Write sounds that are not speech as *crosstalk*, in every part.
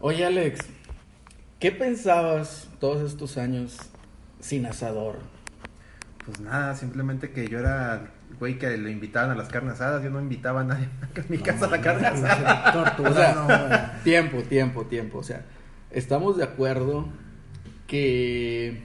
Oye, Alex, ¿qué pensabas todos estos años sin asador? Pues nada, simplemente que yo era el güey que lo invitaban a las carnes asadas, yo no invitaba a nadie *laughs* a mi casa a la carne asada. O sea, tiempo, tiempo, tiempo. O sea, estamos de acuerdo que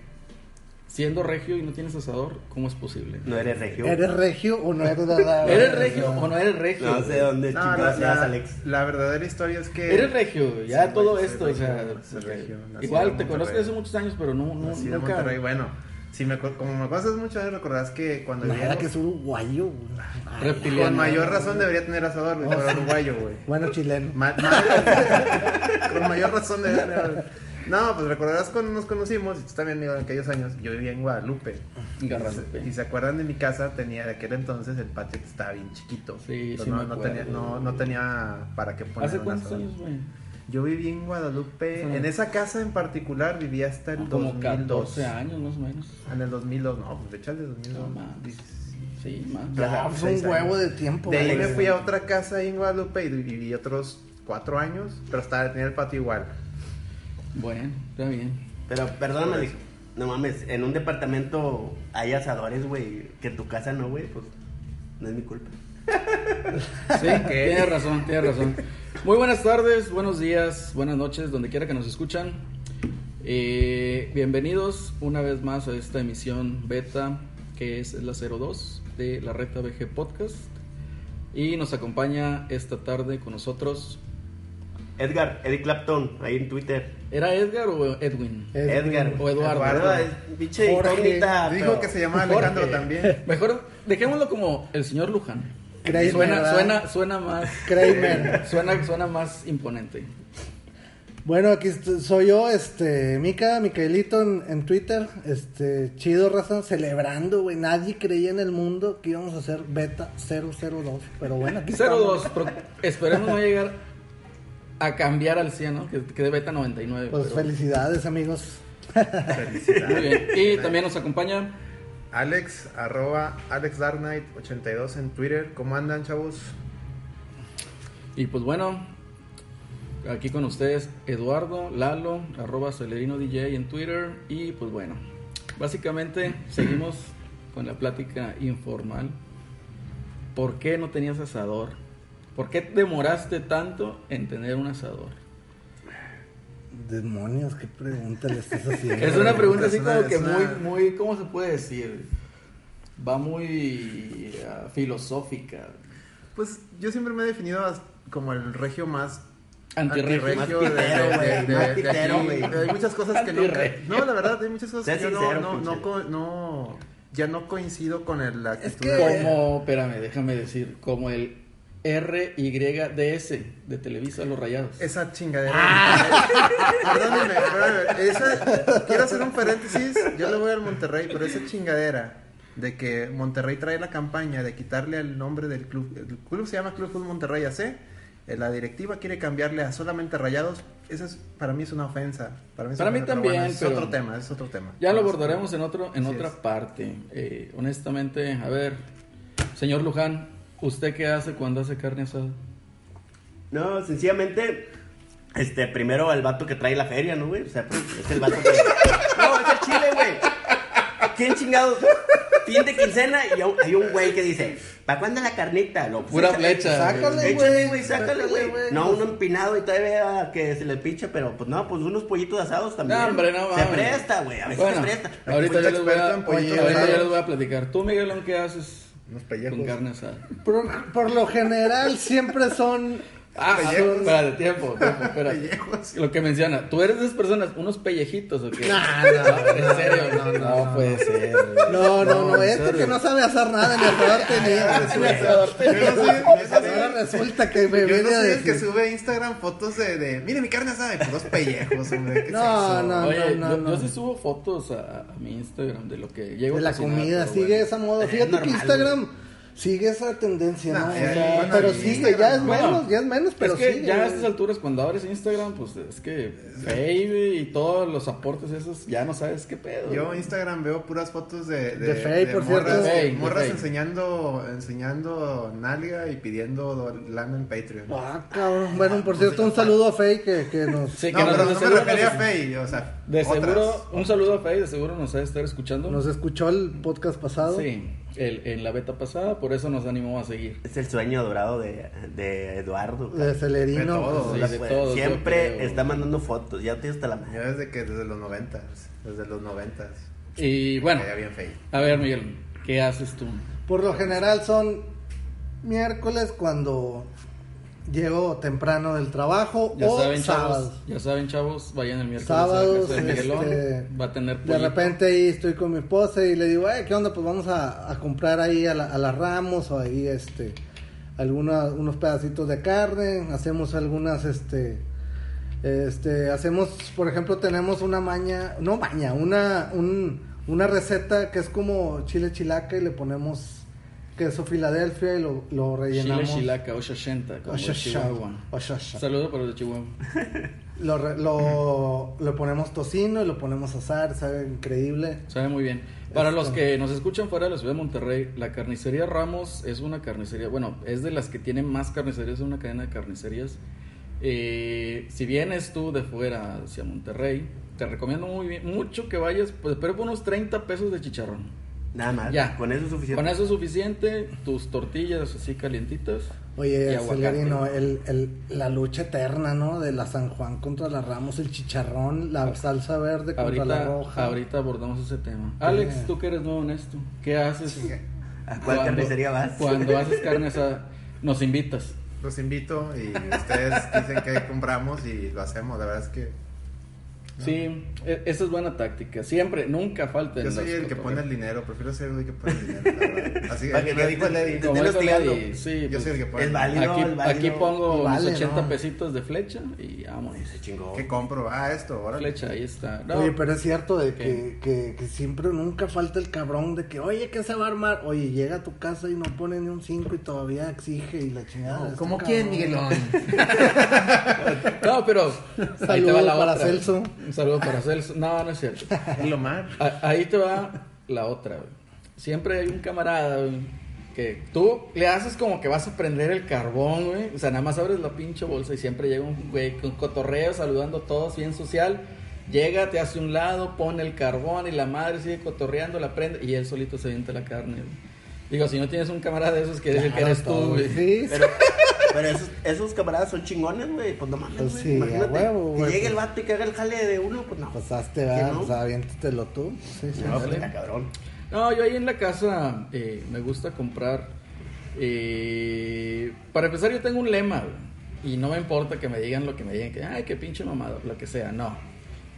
siendo regio y no tienes asador, ¿cómo es posible? No eres regio. ¿Eres regio o no eres nada? ¿Eres regio o no eres regio? No sé güey? dónde No, la, chingados seas, la- Alex. la verdadera historia es que... Eres regio, güey, ya Sí, todo güey, soy esto, regio, o sea, soy porque regio, nací en igual te Monterrey. conozco desde hace muchos años, pero no, no Nací de nunca. Monterrey, bueno, si me, acu- como me conoces mucho, eh, recordarás que cuando Nada llego- que es uruguayo. güey. Ay, Reptiliano. Con mayor razón debería tener asador, güey, para uruguayo, güey. Bueno, chileno. Ma- *laughs* ma- con mayor razón de No, pues recordarás cuando nos conocimos, y tú también, digo, en aquellos años, yo vivía en Guadalupe. Guadalupe. Y se- Y se acuerdan de mi casa, tenía de aquel entonces el patio que estaba bien chiquito. Sí, Entonces, sí no, me no acuerdo. tenía, no, no tenía para qué poner ¿Hace un cuántos asador. años, güey? Yo viví en Guadalupe, Ajá. en esa casa en particular viví hasta el Como 2002. 14 años más o menos. Ah, En el 2002, no, pues fechas de 2002. No mames. Dices, Sí, más. Ya, pues, seis un huevo años. de tiempo. De ahí me güey. fui a otra casa ahí en Guadalupe y viví otros cuatro años, pero estaba tenía el patio igual. Bueno, está bien. Pero perdóname, Alex. No mames, en un departamento hay asadores, güey. Que en tu casa no, güey. Pues no es mi culpa. Sí, tienes razón, tienes razón. Muy buenas tardes, buenos días, buenas noches, donde quiera que nos escuchan. Eh, bienvenidos una vez más a esta emisión beta que es la 02 de la Reta BG Podcast. Y nos acompaña esta tarde con nosotros. Edgar, Eric Clapton, ahí en Twitter. ¿Era Edgar o Edwin? Edwin. Edgar. O Eduardo. es pinche Jorge. Ah, incógnita. Dijo pero- que se llamaba Alejandro Jorge. *laughs* también. Mejor dejémoslo como el señor Luján. Kramer, suena, ¿verdad? suena, suena más. Kramer. Suena, suena más imponente. Bueno, aquí est- soy yo, este, Mica, Micaelito en, en Twitter, este, chido raza, celebrando, güey, nadie creía en el mundo que íbamos a hacer beta 002, pero bueno, aquí estamos. 0-2, pero esperemos no llegar a cambiar al 100, ¿no? Que quede beta 99. Pues pero- felicidades, amigos. Muy bien. Y también nos acompaña. Alex, arroba AlexDarkKnight82 en Twitter. ¿Cómo andan, chavos? Y pues bueno, aquí con ustedes Eduardo, Lalo, arroba Celerino DJ en Twitter. Y pues bueno, básicamente seguimos con la plática informal. ¿Por qué no tenías asador? ¿Por qué demoraste tanto en tener un asador? Demonios, qué pregunta le estás haciendo. Es una pregunta así Es una- como que es una- muy, muy, ¿cómo se puede decir? Va muy ah, filosófica. Pues yo siempre me he definido as- como el regio más Antirregio. antirregio Más de, pitero, de- güey, de- más de pitero, aquí. güey. Hay muchas cosas que no. Antirregio. No, la verdad, hay muchas cosas Sé que yo no- sincero, no, no, pinche. co- no- ya no coincido con el, la actitud que- de- Como, espérame, déjame decir, como el RYDS de Televisa Los Rayados. Esa chingadera. Perdónenme, perdónenme. Esa, quiero hacer un paréntesis. Yo le voy al Monterrey, pero esa chingadera de que Monterrey trae la campaña de quitarle el nombre del club. El club se llama Club Fútbol Monterrey AC. eh, La directiva quiere cambiarle a solamente Rayados. Esa es, para mí es una ofensa. Para mí, es Para una mí ofensa, también, es pero- otro tema, es otro tema. Ya lo abordaremos en otro, en Así otra es. parte. Eh, honestamente, a ver, señor Luján, ¿usted qué hace cuando hace carne asada? No, sencillamente, este, primero el vato que trae la feria, ¿no, güey? O sea, pues, es el vato que... No, es el chile, güey. ¿Quién chingados? Fin de quincena y hay- hay un güey que dice, ¿para cuándo la carnita? Lo, pues, Pura echa- flecha. eh, Sácale, Échale, güey. güey, sácale, güey. No, uno empinado y todavía que se le pinche, pero pues no, pues unos pollitos asados también. No, hombre, no Se mames. presta, güey, a veces Bueno, se presta. Ahorita, Fuiste yo les, voy experto a, en pollitos ahorita asados. yo les voy a platicar. Tú, Miguelón, ¿qué haces Unos con pellejos. carne asada? Por, por lo general *laughs* siempre son Ah, Pellejos. espérate, tiempo, tiempo, espérate. Pellejos. Lo que menciona, tú eres de esas personas, unos pellejitos o qué? No, no, en serio, no, no, no, no, puede ser. güey. No, no, no, en este serio. que no sabe hacer nada en el asador tenía. *laughs* Yo no soy- yo no soy- Ahora resulta que me Yo viene no a soy el que decir. sube a Instagram fotos de, de mire mi carne asada de puros pellejos, hombre. ¿qué es *laughs* No, eso? no, Oye, no, yo, no. yo sí subo fotos a, a mi Instagram de lo que llego De a la cocinar, comida, pero sigue bueno. esa moda. Es Fíjate que normal, Instagram Sigue esa tendencia, ¿no? Nah, O ya- sea, bueno, pero en sigue, Instagram, ya es ¿no? menos, ya es menos, pero es que sigue, ya a güey. estas alturas, cuando abres Instagram, pues es que Facebook y todos los aportes esos, ya no sabes qué pedo. Yo en güey. Instagram veo puras fotos de, De Fey, por cierto. morras, De Fey, de morras Fey. enseñando, enseñando nalga y pidiendo do- lana en Patreon. Ah, cabrón. Bueno, por cierto, un saludo a Fey que, que nos, Sí, no, que pero de no me seguro refería a nos- Fey, o sea, De otras. seguro, un saludo a Faye, de seguro nos ha de estar escuchando. nos escuchó el podcast pasado. Sí, el- en la beta pasada, por eso nos animó a seguir. Es el sueño dorado de, de Eduardo. De De Celerino. todo. Sí, La- de todos, yo siempre creo. está mandando fotos, ya tiene hasta la Yo mañana. desde que desde los noventas, desde los noventas, Y bueno, caía bien Fey. a ver, Miguel, ¿qué haces tú? Por lo general son miércoles cuando llego temprano del trabajo Ya o saben, Oh, sábados. chavos. Ya saben, chavos, vayan el miércoles Sábados, a la casa de Miguelón. este, va a tener De pollito. repente ahí estoy con mi esposa y le digo, "Ey, ¿qué onda? Pues vamos a, a comprar ahí a, la, a las Ramos o ahí este alguna, unos pedacitos de carne, hacemos algunas este este hacemos, por ejemplo, tenemos una maña, no maña, una un- una receta que es como chile chilaca y le ponemos queso Filadelfia y lo, lo Chile rellenamos. Chilaca, Oshashenta, como de Chihuahua. Oshasha- Oshasha. Saludos para los de Chihuahua. Lo, re- lo, lo ponemos tocino y lo ponemos asar, sabe increíble. Sabe muy bien. Para Esto. los que nos escuchan fuera de la ciudad de Monterrey, la carnicería Ramos es una carnicería, bueno, es de las que tienen más carnicerías, es una cadena de carnicerías. Eh, si vienes tú de fuera hacia Monterrey, te recomiendo muy bien, mucho que vayas, pues, pero por unos 30 pesos de chicharrón. Nada más. Ya. Con eso es suficiente. Con eso es suficiente, tus tortillas así calientitas. y Oye, aguacate. Celerino, el, el, la lucha eterna, ¿no? De la San Juan contra la Ramos, el chicharrón, la salsa verde contra la Ahorita, roja. ahorita abordamos ese tema. Alex, tú que eres nuevo en esto, ¿qué haces? ¿A cuál cuando- carnicería vas? Cuando haces carne asada, nos invitas. Los invito y ustedes *laughs* dicen que compramos y lo hacemos. La verdad es que Sí, e- esa es buena táctica. Siempre, nunca falta. en yo soy Pues los el que pone el cotorreos. dinero. Prefiero ser el güey que pone el dinero. la verdad. Así Para que me te- dijo Lady. te- Como Te dijo hostigando. Lady, sí, Yo pues, soy el que pone. *laughs* Es válido. aquí, el válido. aquí pongo Vale, unos 80 ¿no? pesitos de flecha y vámonos. Se chingó. ¿Qué compro? Ah, esto, ahora. Flecha, ahí está. No, Oye, pero es cierto de que, ¿Qué? que, que siempre, nunca falta el cabrón de que, oye, ¿qué se va a armar? Oye, llega a tu casa y no pone ni un 5 y todavía exige y la chingada. este ¿Cómo cabrón. quién, Miguelón? *laughs* no, pero ahí te Saludo va la para otra. Celso. Un saludo para Celso. No, no es cierto. Lo mal. A- Ahí te va la otra, güey. Siempre hay un camarada, güey, que tú le haces como que vas a prender el carbón, güey. O sea, nada más abres la pinche bolsa y siempre llega un güey con cotorreo, saludando a todos, bien social. Llega, te hace un lado, pone el carbón y la madre sigue cotorreando, la prende y él solito se avienta la carne, güey. Digo, si no tienes un camarada de esos, quiere decir que Claro, eres tú, todo, güey. Sí, sí. Pero, pero esos, esos camaradas son chingones, güey. Pues no mames, Pues güey, sí, a imagínate. huevo, que güey, llegue el pues. vato y que haga el jale de uno, pues no. Pasaste, pues, ah. ¿verdad? ¿Qué no? O sea, aviéntatelo tú. Sí, sí. No, pues, Ándale. está cabrón. No, yo ahí en la casa eh, me gusta comprar. eh, para empezar, yo tengo un lema. güey, Y no me importa que me digan lo que me digan, que, ay, qué pinche mamado, lo que sea. No.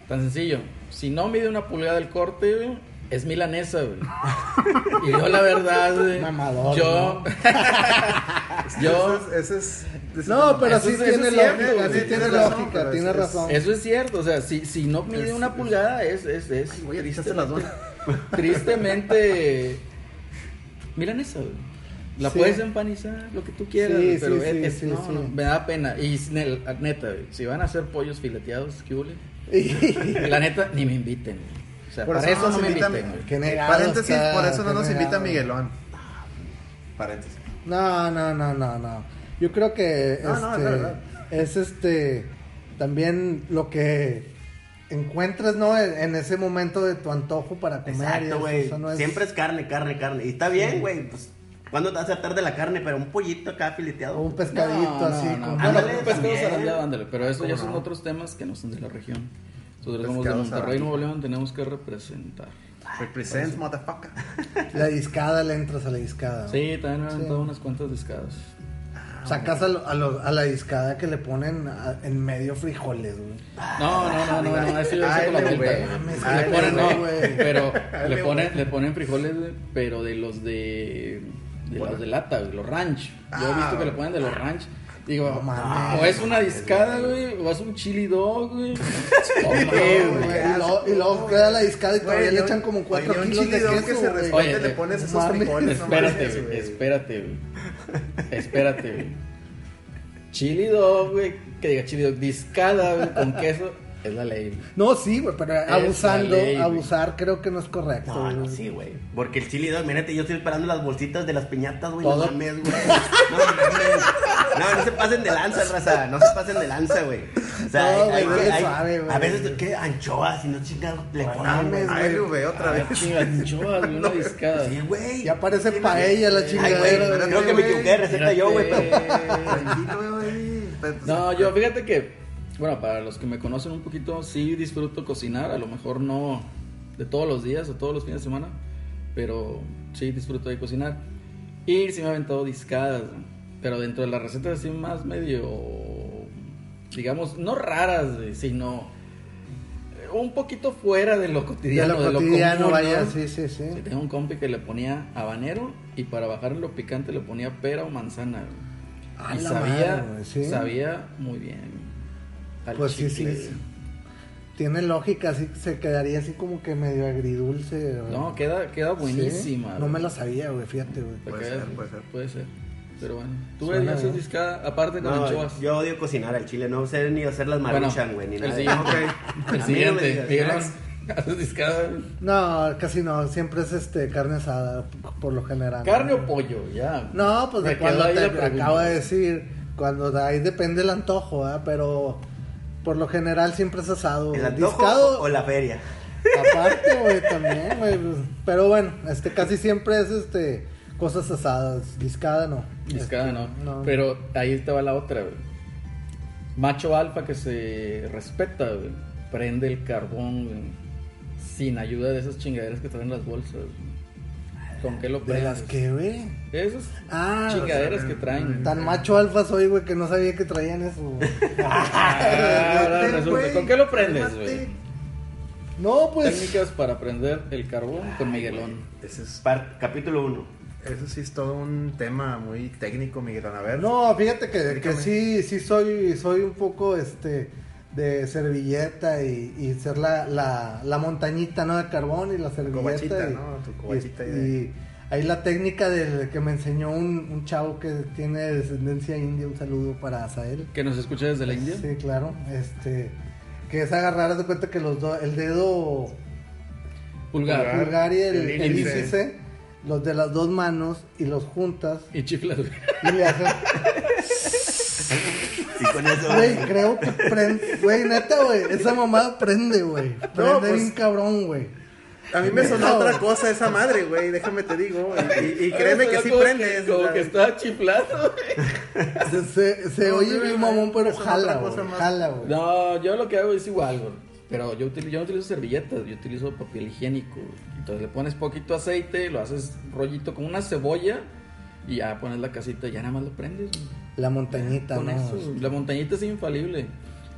Tan sencillo. Si no mide una pulgada el corte, güey, es milanesa, güey. Y yo, la verdad, güey, Mamador, yo. *laughs* *laughs* yo. Eso es. Eso es eso es- No, pero Eso sí es- eso tiene es lógica, cierto, sí güey. tiene Tienes razón, lógica, pero es- tiene es- razón. Eso es cierto, o sea, si, si no mide Es- una pulgada es, es, es Ay, güey, ya te triste- echaste las dos. *laughs* tristemente miran eso güey. la Sí. puedes empanizar lo que tú quieras Sí, güey, sí, pero sí, es- es- sí, no, sí. no, me da pena y s- nel- neta güey, si van a hacer pollos fileteados qué huele *laughs* la neta ni me inviten güey. o sea Por para eso, eso no nos me invitan- inviten güey. Qué negado Paréntesis, está, por eso no qué nos invita negado. Miguelón. Paréntesis. No, no, no, no, no. Yo creo que No, no, este, es verdad. es este también lo que encuentras, ¿no? En, en ese momento de tu antojo para comer. y Exacto, eso, güey. eso no es- Siempre es carne, carne, carne. Y está bien, güey. Pues, ¿cuándo te vas a hartar de la carne? Pero un pollito acá fileteado. o un pescadito No, no, así. no, con- bueno, Ándale, un pescado también. zarandeado, ándale, pero eso ya ¿Cómo son no? otros temas que no son de la región nosotros somos de Pescado Monterrey zarandeado. Nuevo León tenemos que representar Represent, motherfucker. La discada le entras a la discada. sí también me han Ah. Sí. aventado unas cuantas discadas Sacas a, lo- a lo- a la discada que le ponen a- en medio frijoles, güey. No, no, no, no, no, eso yo Ay, saco la güey, vuelta. mames, Le ay, ponen, no, güey. pero Ay, le güey. ponen, le ponen frijoles, güey, pero de los de, de los de lata, güey, los ranch. Yo he Ah, visto que le güey. ponen de los ranch Digo, No mames. o es una discada, güey, o es un chili dog, güey. Sí, güey, güey. y luego- Y luego queda la discada y todavía Güey, le yo- echan como cuatro oye, un kilos de chili dog que se queso, güey. respete, Oye, le de- pones esos mames. *laughs* frijoles. no Espérate, mames, güey, espérate, güey. Espérate, güey. Chili dog, güey, que diga chili dog, discada, güey, con queso, es la ley. güey. No, sí, güey, pero abusando, ley, güey. abusar creo que no es correcto. No, no, güey. sí, güey. Porque el chili dog, mírate, yo estoy esperando las bolsitas de las piñatas, güey. No Todo. mames, güey. No mames. No, no se pasen de lanza, raza. No se pasen de lanza, güey. O sea, No, hay- güey, hay- qué hay- suave, güey. A veces, ¿qué? Anchoas, si no chingas, le ponen, Mames, güey. Ay, lo veo otra vez. Ah, Chinga, *laughs* anchoas, güey, una discada. Sí, güey. Ya parece paella la Ay, chingadera. güey, güey. creo que me equivoqué *laughs* de receta yo, güey. pero- Tranquilo, güey. pero- *laughs* pues, No, yo fíjate que, bueno, para los que me conocen un poquito, sí disfruto cocinar, a lo mejor no de todos los días o todos los fines de semana, pero sí disfruto de cocinar. Y sí me he aventado discadas, güey, pero dentro de las recetas así más medio, digamos, no raras, güey, sino un poquito fuera de lo Ya cotidiano, lo de lo, cotidiano, común, vaya, ¿no? sí, sí, sí. Sí, tenía un compi que le ponía habanero y para bajar lo picante le ponía pera o manzana. güey. A y la sabía, madre, güey, sí. sabía muy bien. Al Pues sí, chicle, sí, güey. Tiene lógica, así se quedaría así como que medio agridulce. güey. No, queda, queda Sí. buenísima. No güey. me la sabía, güey, fíjate, güey. Para Puede que veas, ser, puede ser. Puede ser. Pero bueno, tú Suena ves, ya haces bien. discada, aparte con No, anchoas. yo odio cocinar al chile, no sé ni hacer las Bueno, maruchan, güey, *laughs* ni el nada. siguiente. Ok. El A mí no me siguiente, digas, Miguelón, Max. *laughs* haces discada. güey. No, casi no, siempre es este carne asada, por lo general. Carne o ¿no? pollo, ya. No, pues Me de quedó cuando ahí te la pregunta. acabo de decir, cuando de ahí depende el antojo, ¿ah? pero por lo general siempre es asado. ¿El güey. antojo Discado, o la feria? aparte, güey, también, güey. pues, Pero bueno, este casi siempre es este cosas asadas, discada no. Discada, ¿no? Este, no. Pero ahí estaba la otra, güey. Macho alfa que se respeta, güey. Prende el carbón, güey. Sin ayuda de esas chingaderas que traen las bolsas, güey. ¿Con qué lo de prendes? las que, güey. Esas Ah, chingaderas o sea, que traen. Tan macho alfa soy, güey, que no sabía que traían eso. güey. *laughs* *laughs* Ah, ahora Cálmate, resulta. güey, ¿Con qué lo prendes, cálmate. güey? No, pues. Técnicas para prender el carbón con Miguelón. Ese es- Par- capítulo 1. Eso sí es todo un tema muy técnico, Miguelón. A ver. No, fíjate que, que Explícame. sí, sí soy, soy un poco este de servilleta y, y ser la, la, la montañita ¿no? de carbón y la servilleta. cobachita, y, ¿no? Tu cobachita y, ahí de- y ahí la técnica del que me enseñó un, un chavo que tiene descendencia india, un saludo para Azael. Que nos escucha desde la India. Sí, claro. Este, que es agarrar, haz de cuenta que los do- el dedo Pulgar. Pulgar. pulgar y el, el el índice. índice, los de las dos manos y los juntas Y chiflas, güey. y le haces... Sí, con eso. Güey, creo que prende. Güey, neta, güey. Esa mamada prende, güey. Prende pues- bien cabrón, güey. A mí me sonó No. otra cosa esa madre, güey. Déjame te digo. Y, *laughs* y- y créeme que sí Como prendes. Como la- que está chiflado, güey. Se, se, se No, sí, oye bien güey, mamón, pero es otra jala, cosa güey. más. Jala, güey. No, yo lo que hago es igual, güey. Pero yo, utili- yo no utilizo servilletas, yo utilizo papel higiénico. güey. Entonces le pones poquito aceite, lo haces rollito con una cebolla y ya pones la casita y ya nada más lo prendes. güey. La montañita, Con ¿no? eso, güey. la montañita es infalible.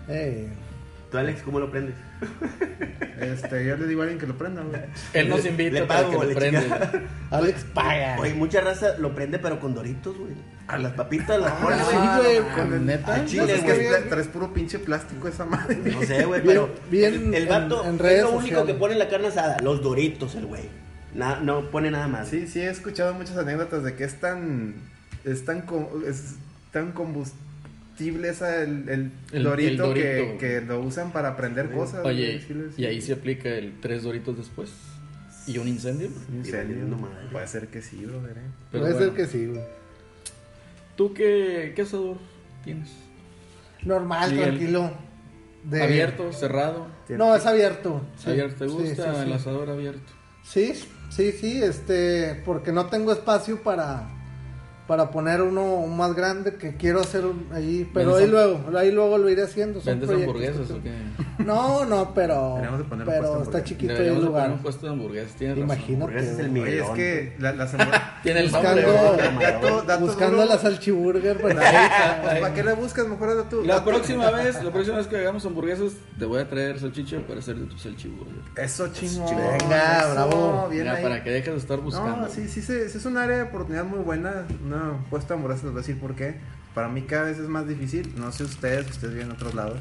Ey. ¿Tú, Alex, cómo lo prendes? Este, yo le digo a alguien que lo prenda, güey. Él nos Le- invita le para pago, que le lo prendes. chinga. *laughs* güey. Alex paga. Oye, mucha raza lo prende, pero con doritos, güey. A las papitas las pones, Ah, sí, güey. güey, no, con- no, neta. no, Chile, Pues es que güey. tra- traes puro pinche plástico esa madre. No sé, güey, Bien- pero bien el, el vato en- en es redes lo único sociales. que pone en la carne asada, los doritos, el güey. Na- no pone nada más. Sí, sí, he escuchado muchas anécdotas de que es tan. Es tan, co- es tan combustible esa, el, el El- el dorito, dorito. Que, que lo usan para aprender cosas. Oye, güey, sí, les- y ahí se aplica el tres doritos después y un incendio. En serio, No mames. Puede ser que sí, brother. eh. Pero Puede bueno, ser que sí, güey. ¿Tú qué, qué asador tienes? Normal, Miguel. tranquilo. De- ¿Abierto? ¿Cerrado? No, es abierto. Sí. ¿Abierto? ¿Te Sí, gusta sí, sí. el asador abierto? Sí, sí, sí, este, porque no tengo espacio para para poner uno más grande que quiero hacer un- ahí, pero ahí Vendes luego, ahí luego lo iré haciendo. son ¿Vendes proyectos que hamburguesas tengo. o qué? No, no, pero Deberíamos de poner un puesto pero de está hamburguesas. chiquito el Deberíamos de poner lugar. un puesto de hamburguesas, tienes razón. Imagínate. Hamburguesas es el güey. mío. Oye, es Miguelón. que la, *laughs* las hamburguesas. Tiene el Buscando- nombre, güey. Dato- datos Buscando duros. la salchiburger, pero Pues, ¿Para qué la buscas? Mejor hazlo tú. La Hazlo. próxima vez, la próxima vez que hagamos hamburguesas, te voy a traer salchicha para hacer de tu salchiburger. Eso chingón. chingón. Venga, eso, bravo. Bien Mira, ahí. para que dejes de estar buscando. No, sí, sí, se- sí es un área de oportunidad muy buena. Una puesta de hamburguesas, les voy a decir por qué. Para mí cada vez es más difícil, no sé ustedes, ustedes viven en otros lados,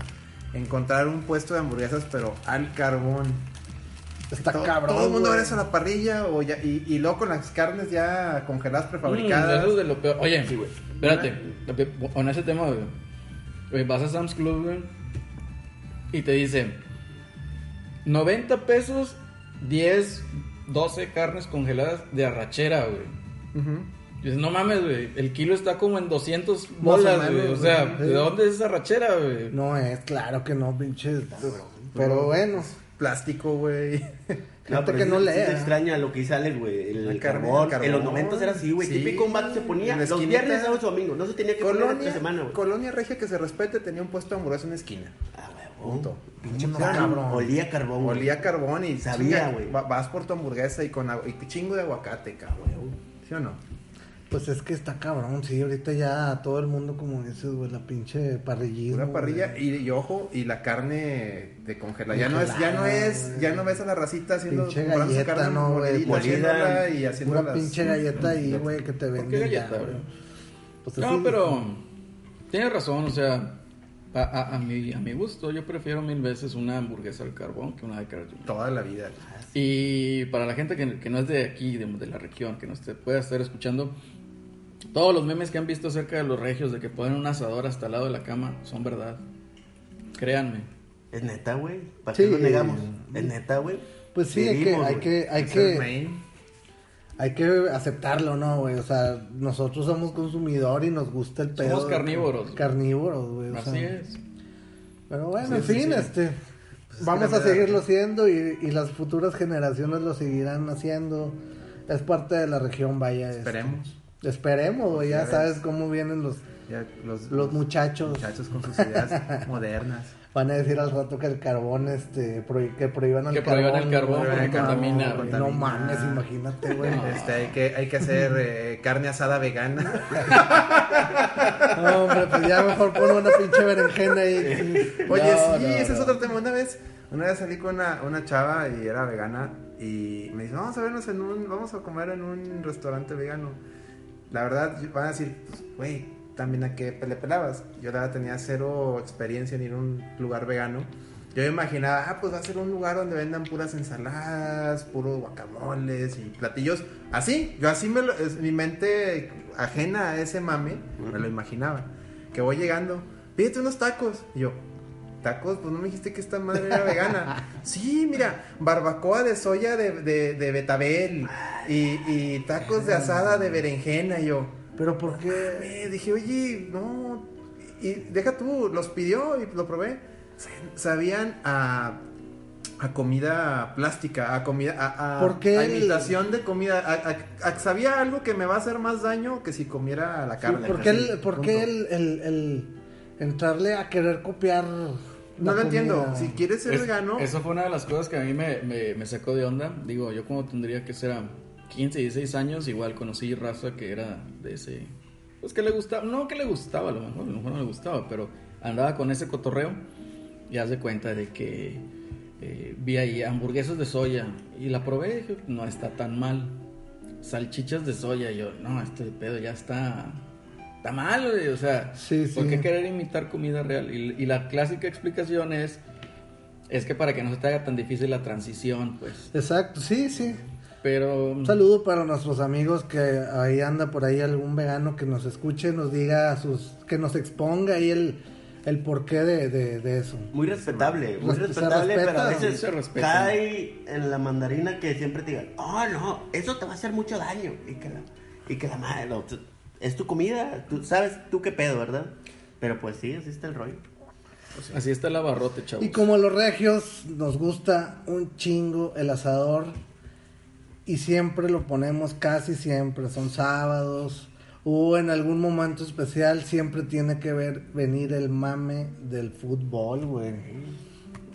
encontrar un puesto de hamburguesas, pero al carbón. Está Todo- cabrón. Todo el mundo güey. abre eso a la parrilla o ya, y, y luego con las carnes ya congeladas, Mm, prefabricadas. eso es de lo peor. Oye, Sí, güey. espérate. lo- Con ese tema, güey. Güey, Vas a Sam's Club, güey. Y te dice: 90 pesos, 10, 12 carnes congeladas de arrachera, güey. Ujú. Y dices, no mames, güey. El kilo está como en 200 o bolas, menos, güey. O güey. sea, Sí. ¿de dónde es esa arrachera, güey? No es, claro que no, pinche. Pero bueno. Plástico, *laughs* güey. Gente que sí- no sí lea. te extraña lo que dice Alex, güey. El, La carne, carbón. el carbón. En los momentos era así, güey. Sí. Típico un vato se ponía En la los esquinita. viernes, sábados y domingos. No se tenía que poner entre Colonia, semana, güey. Colonia Regia que se respete tenía un puesto de hamburguesa en una esquina. Ah, güey. Punto. Pinche No, carbón. cabrón. Olía carbón. güey. Olía a carbón y Sabía, chinga, güey. va- Vas por tu hamburguesa y con agua- y chingo de aguacate, cabrón. ¿Sí o no? Pues es que está cabrón, sí, ahorita ya todo el mundo como dices, güey, la pinche parrillita. Una parrilla y, y ojo y la carne de congelar. Ya no es, ya no Congelada, es, güey. ya no ves a la racita haciendo Pinche comprando galleta, ¿no, molidita, güey? Molida. haciéndola y haciendo Una pinche galleta ahí, güey, que te qué venden ya, galleta, güey. güey? Pues así, No, pero tienes razón, o sea, a, a- a mi, a mi gusto, yo prefiero mil veces una hamburguesa al carbón que una de carne. Toda la vida. Y para la gente que, que no es de aquí, de, de la región, que nos te pueda estar escuchando, todos los memes que han visto acerca de los regios de que ponen un asador hasta al lado de la cama son verdad. Créanme. Es neta, güey. ¿Para Sí. qué lo negamos? Es neta, güey. Pues sí, hay que, Vivimos, hay güey. que, hay Es el que, main. hay que aceptarlo, ¿no, güey? O sea, nosotros somos consumidor y nos gusta el pedo. Somos de- carnívoros. Carnívoros, güey. o Así sea. es. Pero bueno, Sí, en sí, fin, sí. este. es vamos que la a vida- seguirlo siendo y, y las futuras generaciones lo seguirán haciendo. Es parte de la región, vaya. este. Esperemos. Esperemos, güey, ya Ya sabes cómo vienen los, Ya los, los muchachos. muchachos con sus *laughs* ideas modernas. Van a decir al rato que el carbón, este, prohi- que prohíban el Que carbón. prohíban el carbón güey, porque no, contamina, güey, güey. No Contamina. mames, imagínate, güey. Este, hay, que, hay que hacer eh, carne asada vegana. No, hombre, pues ya mejor pon una pinche berenjena ahí. Oye, No, sí, no, ese es no. otro tema. Una vez, una vez salí con una, una chava y era vegana y me dice, vamos a vernos en un, vamos a comer en un restaurante vegano. La verdad, van a decir, pues, güey, también a qué le pelabas. Yo la verdad tenía cero experiencia en ir a un lugar vegano. Yo me imaginaba, ah, pues va a ser un lugar donde vendan puras ensaladas, puros guacamoles y platillos. Así, yo así me lo, es- mi mente ajena a ese mame, me lo imaginaba. Que voy llegando, pídete unos tacos. Y yo, tacos, pues no me dijiste que esta madre *laughs* era vegana. sí, mira, barbacoa de soya de, de, de betabel y, y tacos de asada de berenjena. Y yo, Pero ¿por qué? eh, dije, oye, no. Y deja tú, los pidió y lo probé. Se- Sabían a, a comida plástica, a comida. A, a- ¿Por qué a el- imitación de comida. a- a- a- sabía algo que me va a hacer más daño que si comiera la carne. ¿Por qué, el, así, por punto. qué el, el, el entrarle a querer copiar? No No lo entiendo. Si quieres ser Es- vegano. Eso fue una de las cosas que a mí me, me- me sacó de onda. Digo, yo cuando tendría que ser a 15, 16 años, igual conocí raza que era de ese... Pues que le gustaba, no que le gustaba, a lo mejor, a lo mejor no le gustaba, pero andaba con ese cotorreo y haz de cuenta de que eh, vi ahí hamburguesas de soya y la probé y dije, no está tan mal. Salchichas de soya, y yo, no, este pedo ya está... Está mal, güey, o sea, Sí, sí. ¿por qué querer imitar comida real? Y- y la clásica explicación es, es que para que no se te haga tan difícil la transición, pues. Exacto, sí, sí. Pero. mm, Un saludo para nuestros amigos que ahí anda por ahí algún vegano que nos escuche, nos diga sus, que nos exponga ahí el, el porqué de, de, de eso. Muy respetable, muy Se respetable, respeta, pero a ¿no? veces Se respeta. cae en la mandarina que siempre te digan, oh no, eso te va a hacer mucho daño. Y que la, y que la madre, no, tú- es tu comida, tú sabes tú qué pedo, ¿verdad? Pero pues sí, así está el rollo. Así está el abarrote, chavos. Y como los regios, nos gusta un chingo el asador y siempre lo ponemos, casi siempre, son sábados o en algún momento especial, siempre tiene que ver venir el mame del fútbol, güey.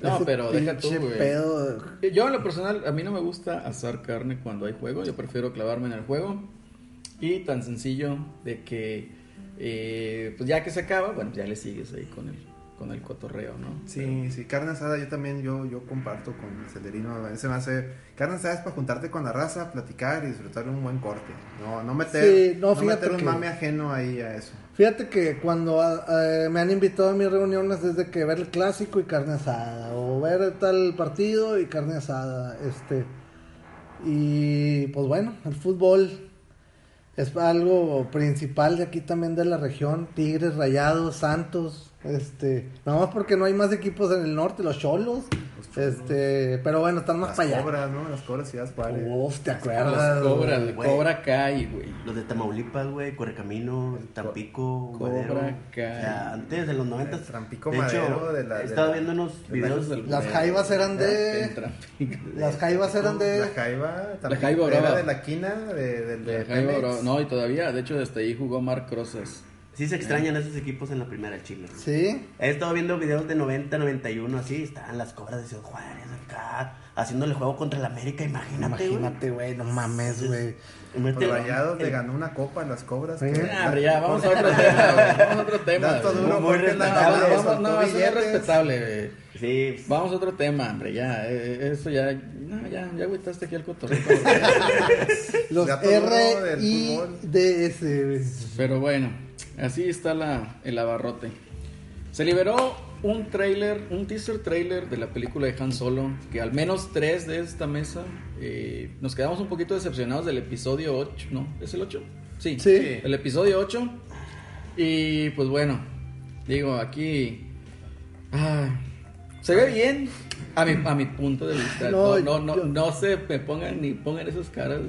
No, Ese pero deja tú, pinche güey. pedo. Eh, Yo, en lo personal, a mí no me gusta asar carne cuando hay juego. Yo prefiero clavarme en el juego. Y tan sencillo de que. eh, pues ya que se acaba, bueno, ya le sigues ahí con el, con el cotorreo, ¿no? Sí, sí, carne asada yo también, yo, yo comparto con el Celerino, se me hace, carne asada es para juntarte con la raza, platicar y disfrutar de un buen corte, no, no meter, Sí, no, no, fíjate meter un que- mame ajeno ahí a eso. Fíjate que cuando ah, eh, me han invitado a mis reuniones desde que ver el clásico y carne asada, o ver tal partido y carne asada, este. Y pues bueno, el fútbol es algo principal de aquí también de la región, Tigres, Rayados, Santos, este, nada más porque no hay más equipos en el norte, los Cholos, este, pero bueno, están más Las para allá. cobras, ¿no? Las cobras y las pares. Oh, Uf, te Las acuerdas. cobra, Ah, güey? el güey. cobra Kai, güey. Los de Tamaulipas, güey, Correcamino, Tampico, Cobra Madero. O Kai. sea, antes de los 90. Tampico, de hecho, Madero, de la- he de estado la- viendo unos videos. del- Las jaivas eran de- Las jaivas eran La de Jaiba, también Jaiba era Brava. de la quina, de, del de de Jaiba Pemex. Bravo. No, y todavía, de hecho, desde ahí jugó Mark Rosas. Sí se Ah. extrañan esos equipos en la primera Chile. Sí. He estado viendo videos de 90, 91, así, estaban las cobras de Ciudad Juárez acá, haciéndole juego contra el América, imagínate, güey. Imagínate, güey, no mames, güey. Por Imagínate, Rayados le el- ganó una copa a las cobras. Sí. que- Ah, hombre, ya, vamos a otro tema, güey, vamos a otro tema. Dato güey. duro, Muy Jorge respetable, Laguna le Vamos, vamos, soltó no, eso es billetes. respetable, güey. Sí, Vamos a otro tema, hombre, ya. eh, eso ya. No, ya, ya agüitaste aquí al cotorreo. Los Gato duro R del I fútbol. D S. güey. Pero bueno, así está la, el abarrote. Se liberó un trailer, un teaser trailer de la película de Han Solo, que al menos tres de esta mesa eh, nos quedamos un poquito decepcionados del episodio 8, ¿no? ¿Es el 8? Sí, Sí. el episodio 8. Y pues bueno, digo, aquí... ah, se ve bien a mi, a mi punto de vista. No, No, no, no, yo- no se me pongan ni pongan esas caras.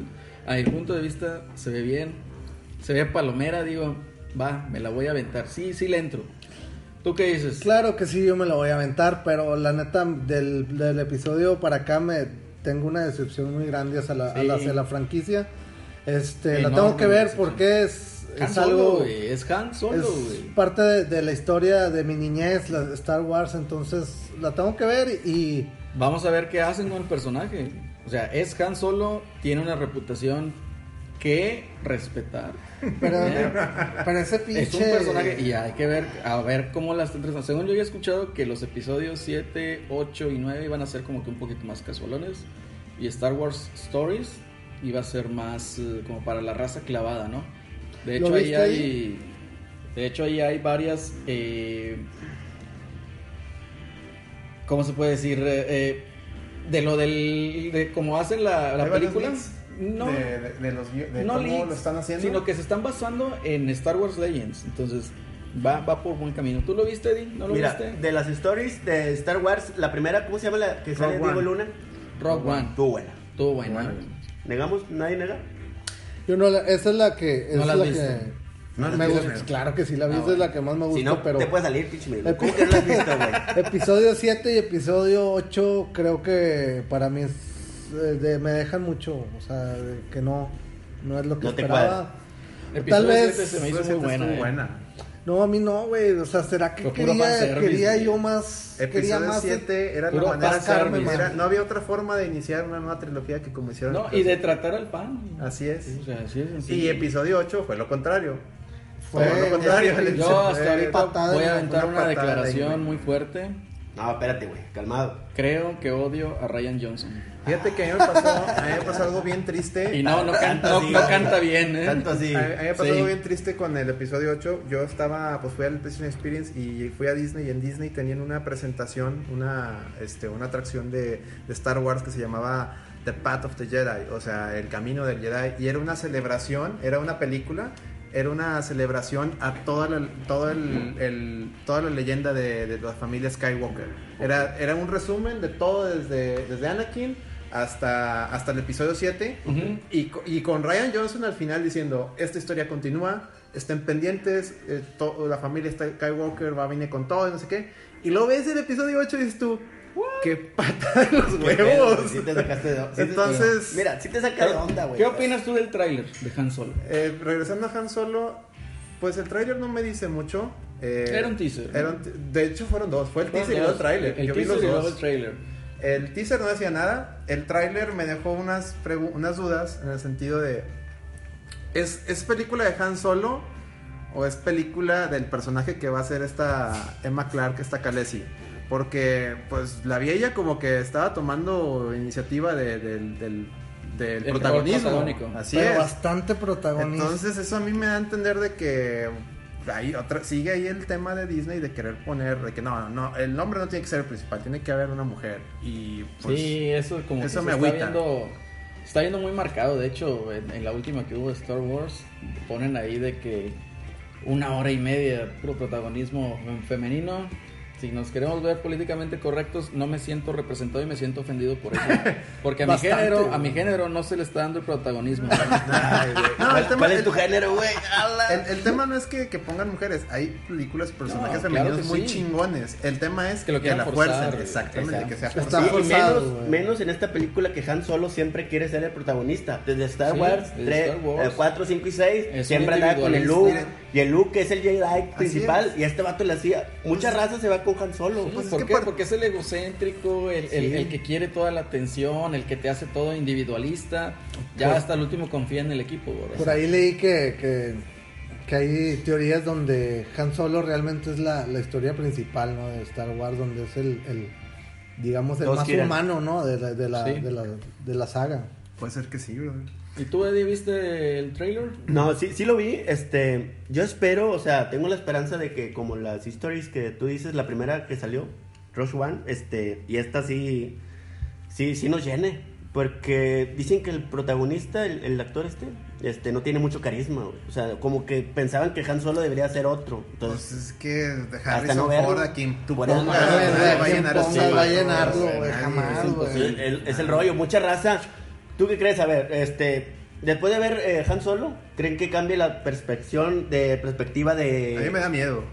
A mi punto de vista se ve bien. Se ve palomera, digo, va, me la voy a aventar. Sí, sí le entro. ¿Tú qué dices? Claro que sí, yo me lo voy a aventar, pero la neta, del, del episodio para acá me tengo una decepción muy grande hacia la, Sí. a la- hacia la franquicia. Este, la Enorme tengo que ver decepción. porque es, Han es Solo, algo. güey, Es Han Solo, es güey. parte de, de la historia de mi niñez, la Star Wars, entonces la tengo que ver y Vamos a ver qué hacen con el personaje. O sea, es Han Solo, tiene una reputación que respetar. pero, ¿Eh? pero ese pinche Es un personaje y hay que ver, a ver cómo las tres. Según yo había escuchado que los episodios 7, 8 y 9 iban a ser como que un poquito más casualones y Star Wars Stories iba a ser más eh, como para la raza clavada, ¿no? De ¿Lo hecho ahí viste hay, de hecho ahí hay varias, eh, ¿cómo se puede decir? Eh, eh, de lo del, de cómo hacen la, la ¿Hay varios película. leaks No, De, de- de los, de no cómo leaks, lo están haciendo. Sino que se están basando en Star Wars Legends. Entonces, va, va por buen camino. ¿Tú lo viste, Eddie? ¿No lo Mira, viste? de las stories de Star Wars, la primera, ¿cómo se llama la que sale Rogue Diego One. Luna? Rock One. Tú, buena. Estuvo bueno. Bueno. ¿Negamos? ¿Nadie nega? Yo no, la- esa es la que. Esa No la es la has visto. que. No la me has gusta- visto. claro que sí, la viste Ah, bueno. es la que más me gusta, Si no, pero. te puede salir, pinche Eh, medio. ¿Cómo que no lo has visto, güey? Episodio 7 y episodio 8, creo que para mí es, eh, de- me dejan mucho. O sea, de que no, no es lo que No te cuadra. esperaba. Episodio vez- siete se me hizo Pues, muy estuvo buena. eh. No, a mí no, güey. O sea, ¿será que Fue puro quería, fanservice, quería güey. yo más. quería Episodio más. 7 era la puro manera pasarme, de- man. era- no había otra forma de iniciar una nueva trilogía que como hicieron. No, y de tratar al pan. Así es. O sea, así es Y episodio 8 fue lo contrario. Fue- Todo lo contrario. *laughs* ese- Alex. Yo hasta Fue- ahorita patada, voy a Eh, una aventar una, patada ahí, declaración güey. muy fuerte. No, espérate, güey, calmado. Creo que odio a Ryan Johnson. Fíjate que a mí me pasó, a mí me pasó algo bien triste. Y no, no canta, no, así, no güey. canta bien, ¿eh? Tanto así. A, a mí me pasó Sí. algo bien triste con el episodio 8. Yo estaba, pues fui al PlayStation Experience y fui a Disney. Y en Disney tenían una presentación, una, este, una atracción de, de Star Wars que se llamaba The Path of the Jedi, o sea, el camino del Jedi. Y era una celebración, era una película. Era una celebración a toda la, todo el, el- toda la leyenda de, de la familia Skywalker. Era, era un resumen de todo desde, desde Anakin hasta, hasta el episodio 7. Ujú. Y, co- y con Ryan Johnson al final diciendo, esta historia continúa, estén pendientes, eh, to- la familia está- Skywalker va a venir con todo y no sé qué. Y luego ves el episodio 8 y dices tú, qué pata de los Qué pedo, huevos. güey, sí te sacaste de- sí te- Entonces- Mira, sí te saca de onda, güey. ¿Qué opinas tú del tráiler de Han Solo? Eh, regresando a Han Solo, pues el tráiler no me dice mucho. eh, Era un teaser. era un t- de hecho fueron dos, fue el Fueron teaser y luego el dos. tráiler. El Yo vi teaser los y luego dos. el tráiler. El teaser no decía nada. El tráiler me dejó unas, pregu- unas dudas en el sentido de... ¿es, ¿Es película de Han Solo o es película del personaje que va a ser esta Emma Clark, esta Khaleesi. Porque, pues, la vi ella como que estaba tomando iniciativa de- del, del- del El protagonismo. protagónico. Así pero es. bastante protagonista. Entonces eso a mí me da a entender de que hay otra, sigue ahí el tema de Disney de querer poner, de que no, no, el hombre no tiene que ser el principal, tiene que haber una mujer. Y pues *laughs* sí, eso como eso que me se está agüita. viendo, está viendo muy marcado. De hecho, en, en la última que hubo de Star Wars, ponen ahí de que una hora y media puro protagonismo fem- femenino. Si nos queremos ver políticamente correctos, no me siento representado y me siento ofendido por *laughs* eso. Porque a mi Bastante, género, güey. a mi género no se le está dando el *laughs* protagonismo. ay, güey. No, Ah, el ¿Cuál, tema, cuál es el- tu género, güey? ¡Hala! el- el tema no es que, que pongan mujeres, hay películas, personajes No, claro femeninos que muy sí. chingones. El tema es Que lo quieran la forzar, fuercen, güey. exactamente, Exacto. que sea Está forzado. Sí, y forzado, menos, güey. menos en esta película que Han Solo siempre quiere ser el protagonista. Desde Star Sí, Wars, desde 3, Star Wars. 4, 5 y 6, Es un siempre andaba con el Luke. individualista. Y el Luke es el Jedi principal. es. Y a este vato le hacía. Mucha raza se va con Han Solo. Pues, Sí, Pues es ¿Por que qué? por- Porque es el egocéntrico, el, el- Sí. el que quiere toda la atención, el que te hace todo individualista. Ya Por- hasta el último confía en el equipo, ¿verdad? Por ahí leí que, que, que hay teorías donde Han Solo realmente es la, la historia principal ¿no? de Star Wars, donde es el, el, digamos, el Todos más quieren. humano ¿no? de, la, de, la, Sí. de, la, de la saga. Puede ser que sí, bro. ¿Y tú, Eddie, viste el trailer? No, sí, sí lo vi. Este, yo espero, o sea, tengo la esperanza de que como las stories que tú dices, la primera que salió, Rush One, este, y esta sí, sí, sí nos llene, porque dicen que el protagonista, el, el actor este, este, no tiene mucho carisma, güey. o sea, como que pensaban que Han Solo debería ser otro, Pues entonces. es que de Hasta Harrison no verlo. Ford a quien tú Por eso, pongas, no, güey, no, va a quien llenar pongas, ese va a vato, llenarlo, güey, güey, nadie, jamás, es imposible. pues, Sí, el- el- es el rollo, mucha raza. ¿Tú qué crees? A ver, este, después de ver eh, Han Solo, ¿creen que cambie la perspección de perspectiva de? A mí me da miedo.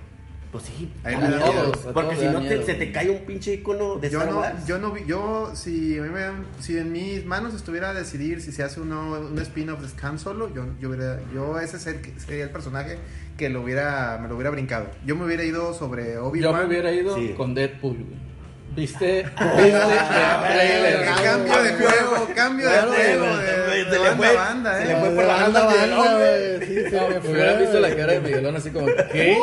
Pues sí, A mí A me da miedo. todos, a Porque todos si le no da te- miedo. se te cae un pinche icono de yo Star no, Wars. yo no vi- yo si a mí me dan- si en mis manos estuviera a decidir si se hace uno un spin-off de Scan solo, yo yo hubiera yo ese es el que- sería el personaje que lo hubiera me lo hubiera brincado. Yo me hubiera ido sobre Yo Obi-Wan. me hubiera ido Sí. con Deadpool, güey. *laughs* ¿Viste? ¿Viste? Ah, el trailer, Ah, güey? Cambio de juego, cambio de Claro, juego, güey, de, se de le banda fue- a banda, se eh. le fue por la Banda, banda, banda, Miguelón, güey. Sí, se me Me *laughs* fue, hubiera visto la güey. cara de Miguelón así como, ¿qué?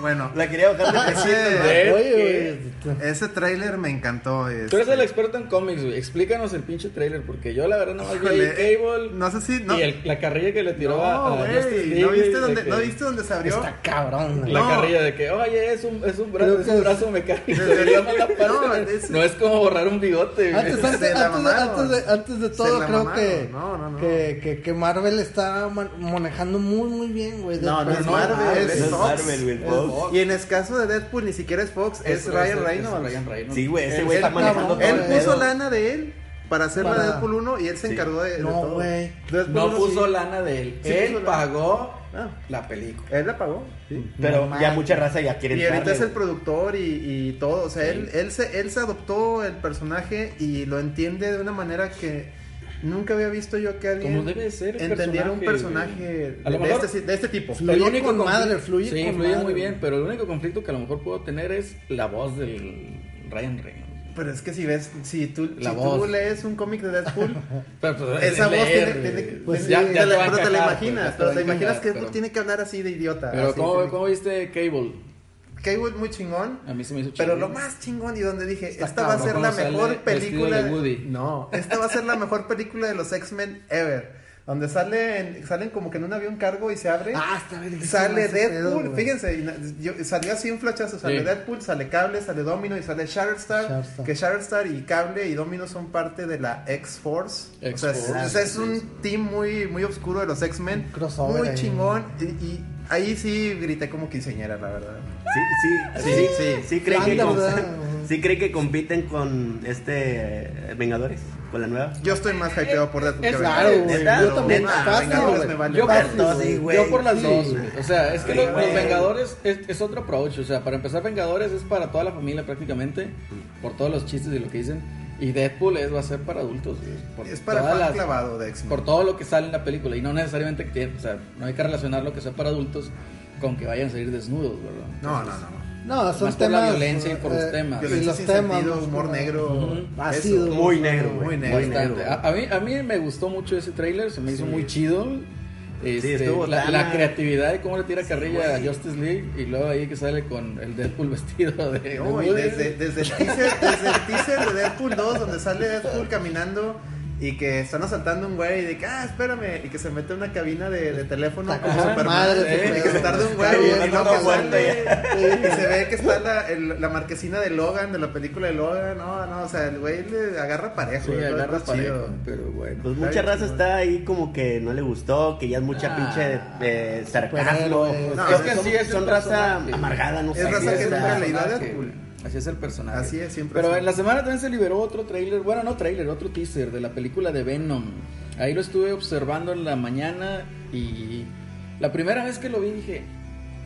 Bueno, La quería bajar *laughs* de ese- presión. Oye, güey, ese tráiler me encantó. Tú eres este. el experto en cómics, güey. Explícanos el pinche trailer, porque yo la verdad no más vi Híjole, eh, el Cable no sé si no y el- la carrilla que le tiró a, No, a Justice güey, League, ¿no viste güey, de dónde que- no viste dónde se abrió? está cabrón. güey. La No. carrilla de que, oye, es un, es un brazo, Creo es que un es- brazo mecánico. *laughs* Desde- le llaman la parte. No, No, es- es... como borrar un bigote. güey. Antes, Se antes, la antes de, mamaron. antes de- antes de Se todo, la creo mamaron. que, No, no, no. Que, que, que Marvel está man- manejando muy, muy bien, güey. No, no Pero es Marvel, Pues ah, es- es No Fox. Marvel, güey, Es Fox. Fox. Y en el caso de Deadpool ni siquiera es Fox, es, Ryan Reynolds. Es Ryan Reynolds. Sí, güey, ese Él- güey está él- cabrón, manejando todo Él el puso pedo. lana de él para hacer la Para- Deadpool 1 y él se Sí. encargó de, de No, todo. güey. Deadpool No 1 puso Pues sí. lana de él. Sí puso él lana. pagó Ah. la película. Él la pagó. sí. Pero No ya mames. mucha raza ya quiere Y ahorita entrarle, es el güey. productor y, y todo. O sea, él, él, se, él se adoptó el personaje y lo entiende de una manera que nunca había visto yo que alguien Como debe de ser el entendiera un personaje, personaje A lo de, de mejor- este, de este tipo. Fluye con madre, fluye sí, con fluye madre, muy güey. bien, pero el único conflicto que a lo mejor puedo tener es la voz del Ryan Reynolds. Pero es que si ves, si tú, La si tú voz. lees un cómic de *laughs* Deadpool, Pero, pues, esa es voz tiene, leer, eh, tiene- güey. pues, tiene- ya- te ya la- va a pero te la encajar, imaginas, pues, ya pero va te a imaginas encajar, que pero- tiene que hablar así de idiota. Pero así, ¿cómo, tiene- ¿cómo viste Cable? Cable muy chingón. A mí se me hizo Pero chingón. lo más chingón y donde dije, Está esta va a cabrón ser cómo la sale vestido mejor película. de Woody. No, esta va a ser la mejor película de los X-Men ever. Donde salen, salen como que en un avión cargo y se abre. Ah, está bien. Sale ese Deadpool, pedo, güey. fíjense, y na- yo, salió así un flachazo, sale Sí. Deadpool, sale Cable, sale Domino y sale Shatterstar, Shatterstar. que Shatterstar y Cable y Domino son parte de la X-Force, o sea, es, X-Force. o sea, es un team muy, muy oscuro de los X-Men, Un crossover muy ahí. chingón, y, y ahí sí grité como quinceañera, la verdad. Sí, sí, sí, sí, sí, creen que, Anda, com- ¿verdad? sí creen que compiten con este eh, Vengadores, con la nueva. Yo estoy más hypeado por Deadpool Eh, Es que Claro, Vengadores. güey. Neta, Yo también. neta, Fácil, Vengadores güey. pues, me vale Yo madre. por todo, las sí, dos. güey. Yo por las Sí, dos. güey. güey. O sea, es que Sí, los, los güey. Vengadores es, es otro approach. O sea, para empezar, Vengadores es para toda la familia prácticamente. Por todos los chistes y lo que dicen. Y Deadpool es, va a ser para adultos. güey, por Es para todas fan las- clavado de X-Men. Por todo lo que sale en la película. Y no necesariamente que tiene- O sea, no hay que relacionar lo que sea para adultos con que vayan a salir desnudos, ¿verdad? No, no, no. No, son Más por la temas. eh, violencia y por los temas. Y Violencia los sin temas. sentido, ¿no? humor negro. Ujú. eso. Ácido. Muy negro, güey. Muy Muy negro. negro. Bastante. A, a mí, a mí me gustó mucho ese tráiler, se me hizo muy chido. Este, estuvo la, Tana. la creatividad de cómo le tira carrilla a Justice League y luego ahí que sale con el Deadpool *laughs* vestido de. No, de y Wolverine. desde, desde el teaser, desde el teaser de Deadpool 2, donde sale Deadpool caminando y que están asaltando a un güey y de que, ah, espérame, y que se mete en una cabina de, de teléfono como Ajá, Superman, ¿eh? madre, y sí, que se güey. tarda un Está güey y, bien, no está que muerto sale, y se ve que está la, el- la marquesina de Logan, de la película de Logan, no, no, o sea, el güey le agarra parejo, Sí, güey, todo agarra está chido. parejo, pero bueno. Pues Está mucha bien raza chingón. está ahí como que no le gustó, que ya es mucha Ah, pinche eh, sarcasmo. superhéroe. No, es que son- sí, es son son raza personajes. amargada, no Es sé. raza güey, que está- nunca leí. leído a personaje, Deadpool. güey. Así es el personaje. Así es, siempre Pero así. en la semana también se liberó otro trailer, bueno, no trailer, otro teaser de la película de Venom. Ahí lo estuve observando en la mañana y la primera vez que lo vi dije,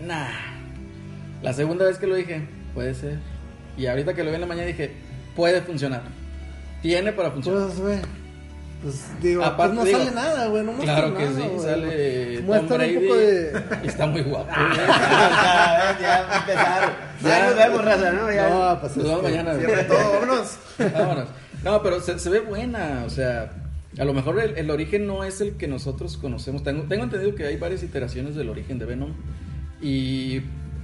nah. La segunda vez que lo dije, puede ser. Y ahorita que lo vi en la mañana dije, puede funcionar. Tiene para funcionar. Pues, güey. Pues digo, Aparte, pues digo, no sale nada, güey. No muestra Claro que nada, sí, güey. sale Tom Muestra Brady un poco *laughs* de. y está muy guapo. Ah, ya empezaron. Ya nos vemos, raza, ¿no? Ya. No, pues. Nos vemos este, mañana. Cierra todo, vámonos. *laughs* Vámonos. No, pero se, se ve buena, o sea, a lo mejor el, el origen no es el que nosotros conocemos. Tengo, tengo entendido que hay varias iteraciones del origen de Venom y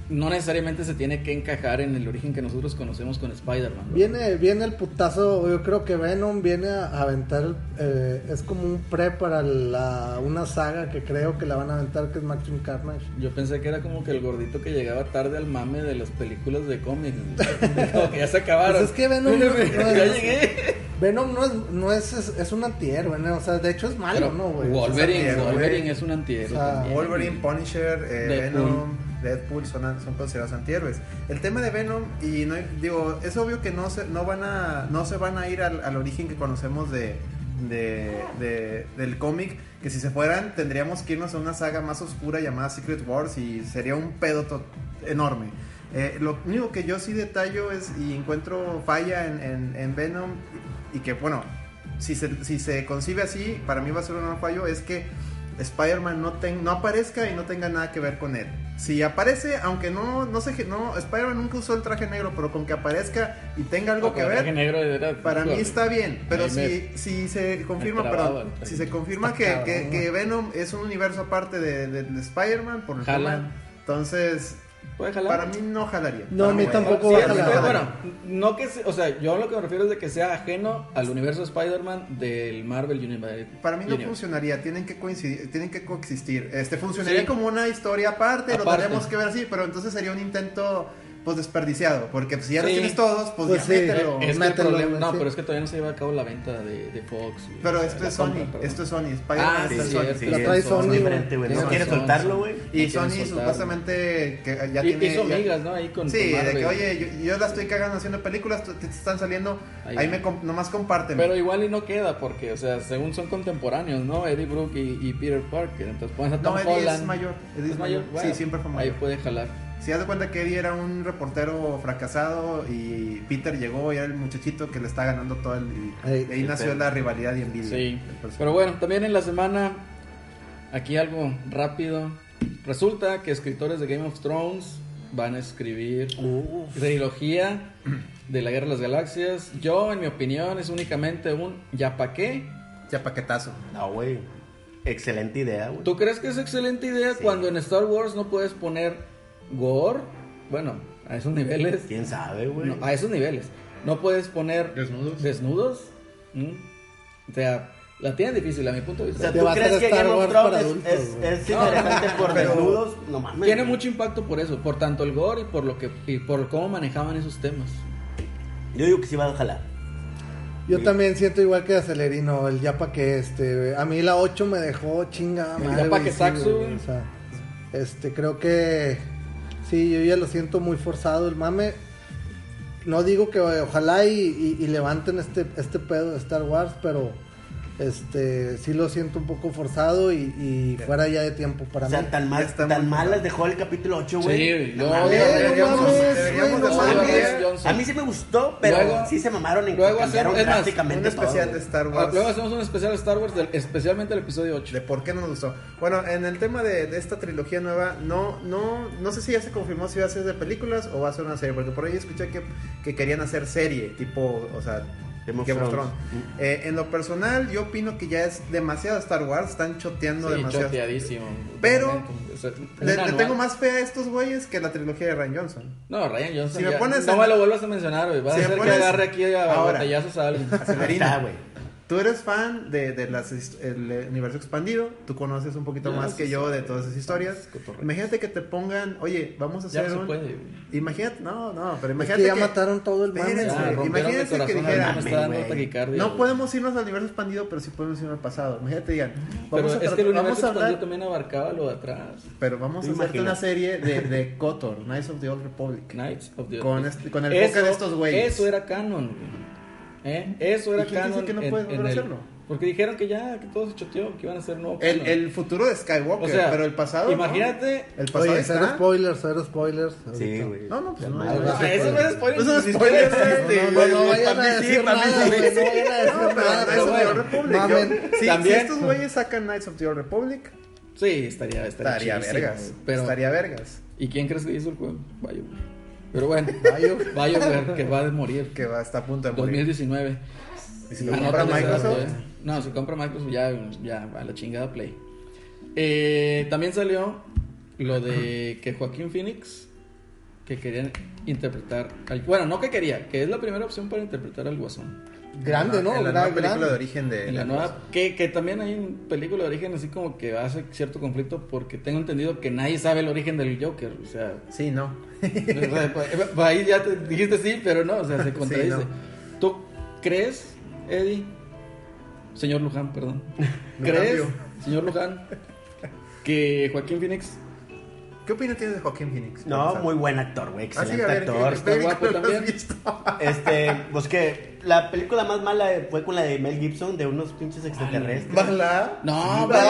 no necesariamente se tiene que encajar en el origen que nosotros conocemos con Spider-Man. ¿no? Viene, viene el putazo, yo creo que Venom viene a aventar, eh, es como un pre para la, una saga que creo que la van a aventar, que es Maximum Carnage. Yo pensé que era como que el gordito que llegaba tarde al mame de las películas de cómics. *laughs* ¿no? como que ya se acabaron. Pues es que Venom no- Espérame, no- *laughs* ya no- llegué. Venom no es, no es, es, es un antihéroe, ¿no? o sea, de hecho es malo, Pero ¿no, güey? Wolverine, antihéroe, Wolverine güey. es un antihéroe. O sea, también. Wolverine, Punisher, eh, Deadpool. Venom, Deadpool son, son considerados antihéroes. El tema de Venom, y no, digo, es obvio que no se, no van, a, no se van a ir al, al origen que conocemos de, de- de- del cómic, que si se fueran tendríamos que irnos a una saga más oscura llamada Secret Wars y sería un pedo to- enorme. Eh, lo único que yo sí detallo es y encuentro falla en, en- en Venom y que bueno, si se, si se concibe así, para mí va a ser un gran fallo, es que Spider-Man no, ten- no aparezca y no tenga nada que ver con él. Si aparece, aunque no, no sé, no, Spider-Man nunca usó el traje negro, pero con que aparezca y tenga algo Ah, que con el traje ver, negro era- para mí está bien. Pero Ahí si, si se confirma, trababa perdón, el traje. si se confirma que, Está que- cabrón. que Venom es un universo aparte de, de- de Spider-Man, por el Jala. tema, entonces ¿Puede jalar? para mí no jalaría. No, a mí Para tampoco mí Sí, va a no pero jalar. jalaría. bueno, no que se- o sea, yo lo que me refiero es de que sea ajeno al universo Spider-Man del Marvel Universe. Para mí no Universe. funcionaría, tienen que coincidir, tienen que coexistir. Este funcionaría Sí. como una historia aparte, lo Aparte. tenemos que ver así, pero entonces sería un intento pues desperdiciado, porque pues, si ya Sí. los tienes todos, pues, ya Pues sí. mételo. Es que el Mételo, problema- güey, no, sí. pero es que todavía no se lleva a cabo la venta de, de Fox. güey. Pero O sea, esto la es compra, Sony, perdón. esto es Sony, Spider-Man Ah, está sí, en sí, Sony. sí, La sí, trae sí, Sony, sí, güey. diferente, güey. No Tienes quiere razón, soltarlo, sí. güey. Y No Sony quiere soltar, supuestamente que ya Y- tiene... hizo ya- amigas, ¿no? Ahí con Sí, con de que Marvel. oye, yo, yo la estoy cagando haciendo películas, tú- te te están saliendo, Ahí ahí, va. me comp- nomás comparten. Pero igual y no queda porque, o sea, según son contemporáneos, ¿no? Eddie Brooke y, y Peter Parker. Entonces pones a Tom no, Eddie Holland. es mayor. Eddie ¿Es mayor? Sí, Bueno, siempre fue Ahí mayor. puede jalar. Si haz de cuenta que Eddie era un reportero fracasado y Peter llegó y era el muchachito que le está ganando todo el. Y Ey, de ahí sí, nació pero- la rivalidad y envidia. Sí. del personaje. Pero bueno, también en la semana, aquí algo rápido. Resulta que escritores de Game of Thrones van a escribir trilogía de la Guerra de las Galaxias. Yo, en mi opinión, es únicamente un ya pa' qué. Ya paquetazo. No, güey. Excelente idea, güey. ¿Tú crees que es excelente idea Sí. cuando en Star Wars no puedes poner gore? Bueno, a esos niveles. ¿Quién sabe, güey? no, a esos niveles. No puedes poner Desnudos. desnudos. ¿Mm? O sea, la tienen difícil a mi punto de O vista. sea, Te ¿tú va a crees hacer que Star Game of Wars para Thrones adultos, es, güey. es interesante por pero- desnudos? No mames. Tiene güey. mucho impacto por eso, por tanto el gore y por lo que y por cómo manejaban esos temas. Yo digo que sí va a jalar. Yo Sí. también siento igual que Acelerino, el yapa que este. A mí la 8 me dejó chingada El madre. yapa güey, que sí, saxo, güey, güey. o sea, este, creo que. Sí, yo ya lo siento muy forzado el mame. No digo que ojalá y, y- y levanten este, este pedo de Star Wars, pero. Este, sí lo siento un poco forzado y, y fuera ya de tiempo para O sea, mí. tan Ya mal, está tan muy mal mal. las dejó el capítulo 8, Sí, güey. yo mames. odio- deberíamos- no mames, deberíamos güey, de no hacer mames. bien. A mí sí me gustó, pero Luego- sí se mamaron en luego que cambiaron hacemos- es más, Un drásticamente todo, especial de güey. Star Ah, Wars. Luego hacemos un especial de Star Wars, del- especialmente el episodio 8. de por qué no nos gustó. Bueno, en el tema de, de esta trilogía nueva, no, no, no sé si ya se confirmó si va a ser de películas o va a ser una serie, porque por ahí escuché que, que querían hacer serie, tipo, o sea, Game of Game of Thrones. Thrones. Eh, en lo personal, yo opino que ya es demasiado Star Wars, están choteando Sí, demasiado. choteadísimo. Pero, O sea, un Le, le anual. tengo más fe a estos güeyes que la trilogía de Ryan Johnson. No, Ryan Johnson. Si me ya- pones no en- me lo vuelvas a mencionar, güey. Va a Si me ser que pones- agarre aquí a Ahora. batallazos a *laughs* alguien. Ah, Ahí está, güey. Tú eres fan de, de las hist- el universo expandido, tú conoces un poquito Ya, más sí, que sí. yo de todas esas historias. Es cotorreo. Imagínate que te pongan, oye, vamos a Ya hacer no se un... puede, güey. Imagínate, no, no, pero Es imagínate que ya que mataron todo el mame, Espérense, Ya, güey. güey. rompieron mi imagínense que corazón, dijera, a mí me está dando "Mamen, güey, taquicardia, no güey". podemos irnos al universo expandido, pero sí podemos irnos al pasado. Imagínate, digan, Pero vamos a, es tra- que el vamos universo a expandido hablar, también abarcaba lo de atrás. pero vamos a Tú hacerte imagina. una serie de, *laughs* de KOTOR, Knights of the Old Republic. Knights of the Old Con, Republic. este, con el Eso- enfoque de estos güeyes. Eso era canon, güey. ¿Eh? Eso era ¿Y quién dice canon. que no en- puedes volver en a el- hacerlo? Porque dijeron que ya, que todo se choteó, que iban a hacer nuevo. El, canon. el futuro de Skywalker, O sea, pero el pasado. ¿no? Imagínate. El pasado Oye, cero está. spoilers, cero spoilers. Sí, ahorita. güey. No, no, pues no. Ah, no, Ah, no, eso no es spoiler. este, Eso no es spoiler, güey. No, no, no vayan Pa' mí a sí, decir pa' mí nada, sí. güey. No vayan a No, decir pero nada. Knights of the Old bueno, Republic. yo- mamen. sí, También. Si estos güeyes sacan Knights of the Old Republic, Sí, estaría, estaría, estaría chidísimo, vergas. güey. Pero, Estaría vergas. ¿Y quién crees que hizo el juego? BioWare. Pero *laughs* bueno, BioWare. BioWare, que va a morir. Que va, está a punto de morir. 2019. Y si lo Ah, no, compra no, Microsoft. no, No, si compra Microsoft ya, ya a la chingada Play. Eh, también salió lo de que Joaquín Phoenix, que querían interpretar... al- bueno, no que quería, que es la primera opción para interpretar al Guasón. Grande, ¿no? En la Gra- nueva película de grande. origen de. En la nueva, que, que también hay un película de origen así como que hace cierto conflicto porque tengo entendido que nadie sabe el origen del Joker. O sea, Sí, no. o sea, pa- pa- ahí ya te dijiste sí, pero no, o sea, se contradice. Sí, ¿Tú crees, Eddie? Señor Luján, perdón. Lo ¿Crees, cambio. señor Luján, que Joaquín Phoenix ¿Qué opinión tienes de Joaquín Phoenix? No, muy buen actor, güey. Así Excelente que a ver, actor. está guapo también. Este, pues que la película más mala fue con la de Mel Gibson, de unos pinches extraterrestres. Bala. No, güey. pero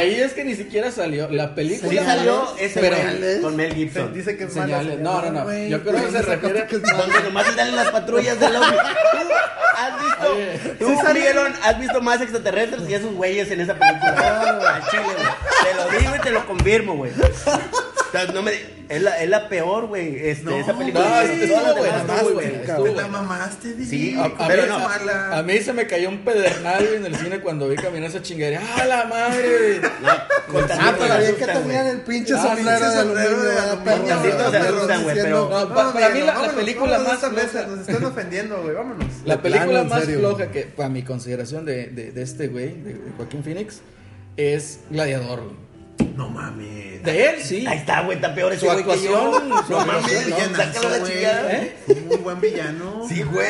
ahí es que ni siquiera salió la película. Sí salió ese pero- güey, con Mel Gibson. Dice que es mala. Señales. No, no, no. Güey, Yo creo que se sacaste refiere que es Donde nomás salen las patrullas del lobby. ¿Tú has visto? Oye. ¿Tú salieron? ¿Has visto más extraterrestres y esos güeyes en esa película? Al chile, güey. Te lo digo y te lo confirmo, güey. O sea, no me di- es, la, es la peor, güey. Este, No, esa película. no, Todas sí, las estuvo demás, buena, estuvo güey. buena. Cabrón. Estuvo La buena. mamaste, Didi. Sí, a, A, a pero mí, no. a- Mala. a mí se me cayó un pedernal güey, en el cine cuando vi caminar esa chingadera. ¡Ah, la madre! güey! Con Ah, pero tantito se había que asustan, güey. tenían el pinche Ah, sombrero pinche de sombrero aluminio. de ¿verdad? aluminio. Peña, Tantito ¿verdad? se Diciendo, asustan, güey, pero- No, No, pa- para Mariano, mí la, la vámonos, película vámonos más esta floja, mesa, Nos están ofendiendo, güey. Vámonos. la De película plano, en más serio, floja güey. que, para mi consideración de, de- de este güey, de, de Joaquín Phoenix, es Gladiador. güey. No mames. De él, sí. Ahí está, güey, está peor ese Su güey que yo. actuación. su No actuación, mames, ¿no? villanazo, sácalo a la güey. chingada. Ah, ¿Eh? Fue un Muy buen villano. Sí, güey.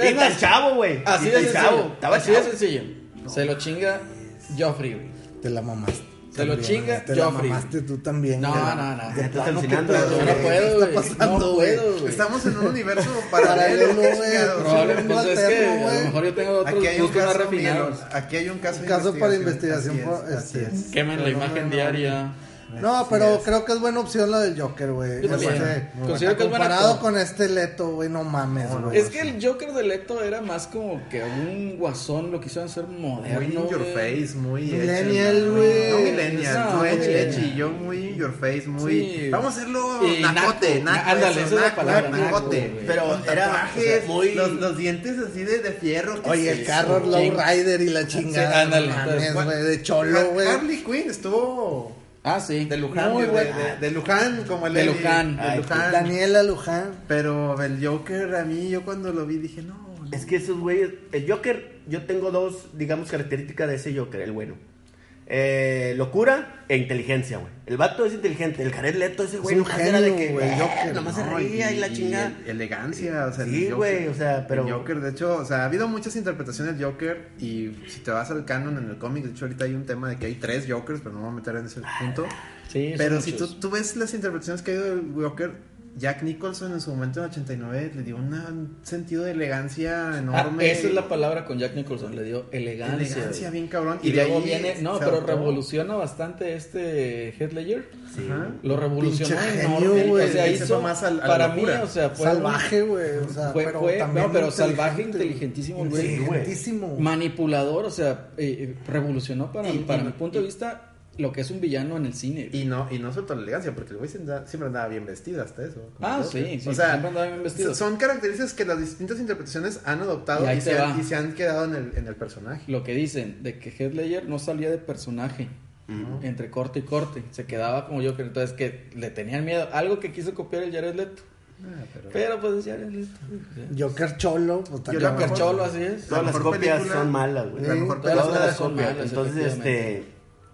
Es Y más, tan chavo, güey. Así Y de tan sencillo. chavo. Estaba así de chavo. sencillo. Se lo chinga Joffrey, güey. Te la mamaste. Se lo también, chinga Te la Joffrey. mamaste tú también. No, güey. no, no. De Estás plano, qué alucinando, pedo, Yo güey. no puedo, ¿Qué güey. está pasando, no güey? puedo, güey. Estamos en un universo paralelo. Paralelo, qué güey. chingados. Probable, pues es que alterno, a güey. lo mejor yo tengo otros Aquí hay un gustos más caso, refinados. Miguel, aquí hay un caso, de Caso para Así investigación, es, así así es. Quemen la Pero no, imagen no, no. diaria. No, Así pero es. creo que es buena opción la del Joker, güey. Yo también. Este, Considero que es buen Comparado actor. con este Leto, güey, no mames, No, no, güey. Es que el Joker de Leto era más como que un guasón, lo quisieron hacer moderno. Muy in your güey. face, muy. Millennial, edgy, güey. No millennial, No, muy no edgy, millennial. edgy, Yo muy in your face, muy. Sí. Vamos a hacerlo Y nacote, naco, naco. ándale, esa eso, es la naco, palabra, nacote. naco, güey. pero Con era tatuajes, tatuajes, muy- Los, los dientes así de, de fierro. que Oye, sí. el carro sí. Low Rider y la chingada. Sí, ándale, pues, no mames, entonces, güey, de cholo, Har- güey. Harley Quinn estuvo. Ah, sí. De Luján, Muy de, bueno. de- de Luján, como el De Eli. Luján. de Ay, Luján. Daniela Luján. Pero el Joker, a mí, yo cuando lo vi dije, no. no. Es que esos güeyes. El Joker, yo tengo dos, digamos, características de ese Joker, el bueno. Eh, locura e inteligencia, güey. El vato es inteligente. El Jared Leto, ese güey, un nomás era de genio, que. güey, "Ah, Joker, Nomás se No, reía y la chingada. el- elegancia, o sea, el Sí, Joker- güey, o sea, pero- El Joker, de hecho, o sea, ha habido muchas interpretaciones del Joker. Y si te vas al canon en el cómic, de hecho, ahorita hay un tema de que hay tres Jokers, pero no me voy a meter en ese punto. Ah, Sí, son Pero si tú, muchos. tú ves las interpretaciones que ha habido del Joker, Jack Nicholson en su momento en 89 le dio una- un sentido de elegancia Ah, enorme. esa es la palabra con Jack Nicholson, le dio elegancia. Elegancia, güey. bien cabrón. Y, Y, de luego ahí viene, no, se pero adoptó. revoluciona bastante este Heath Ledger. Sí. Ajá. Lo revolucionó Pinche enorme. genio, güey. o sea, Él se hizo fue más al- a la para mí, locura. o sea, fue Salvaje, güey. O sea, Fue- pero fue- también. no, pero salvaje, inteligente, güey. inteligentísimo, güey. Inteligentísimo. manipulador, o sea, eh, eh, revolucionó para, Y- para y- mi punto de y- vista lo que es un villano en el cine. Y no, y no soltó la elegancia, porque el güey siempre siempre andaba bien vestido hasta eso. Ah, Creo sí, que- sí, O sea, siempre andaba bien vestido. Son características que las distintas interpretaciones han Y adoptado ahí y, te se, va. han, y se han quedado en el, en el personaje. Lo que dicen, de que Heath Ledger no salía de personaje entre corte y corte. Se quedaba como Joker. Entonces, que le tenían miedo. Algo que quiso copiar el Jared Leto. Ah, pero- Pero pues es Jared Leto. Joker Cholo. pues, Yo también, la güey. Joker Cholo, así es. Todas las mejor copias película- son malas, güey. La mejor todas las Todas las son copias. malas, Entonces, este. efectivamente.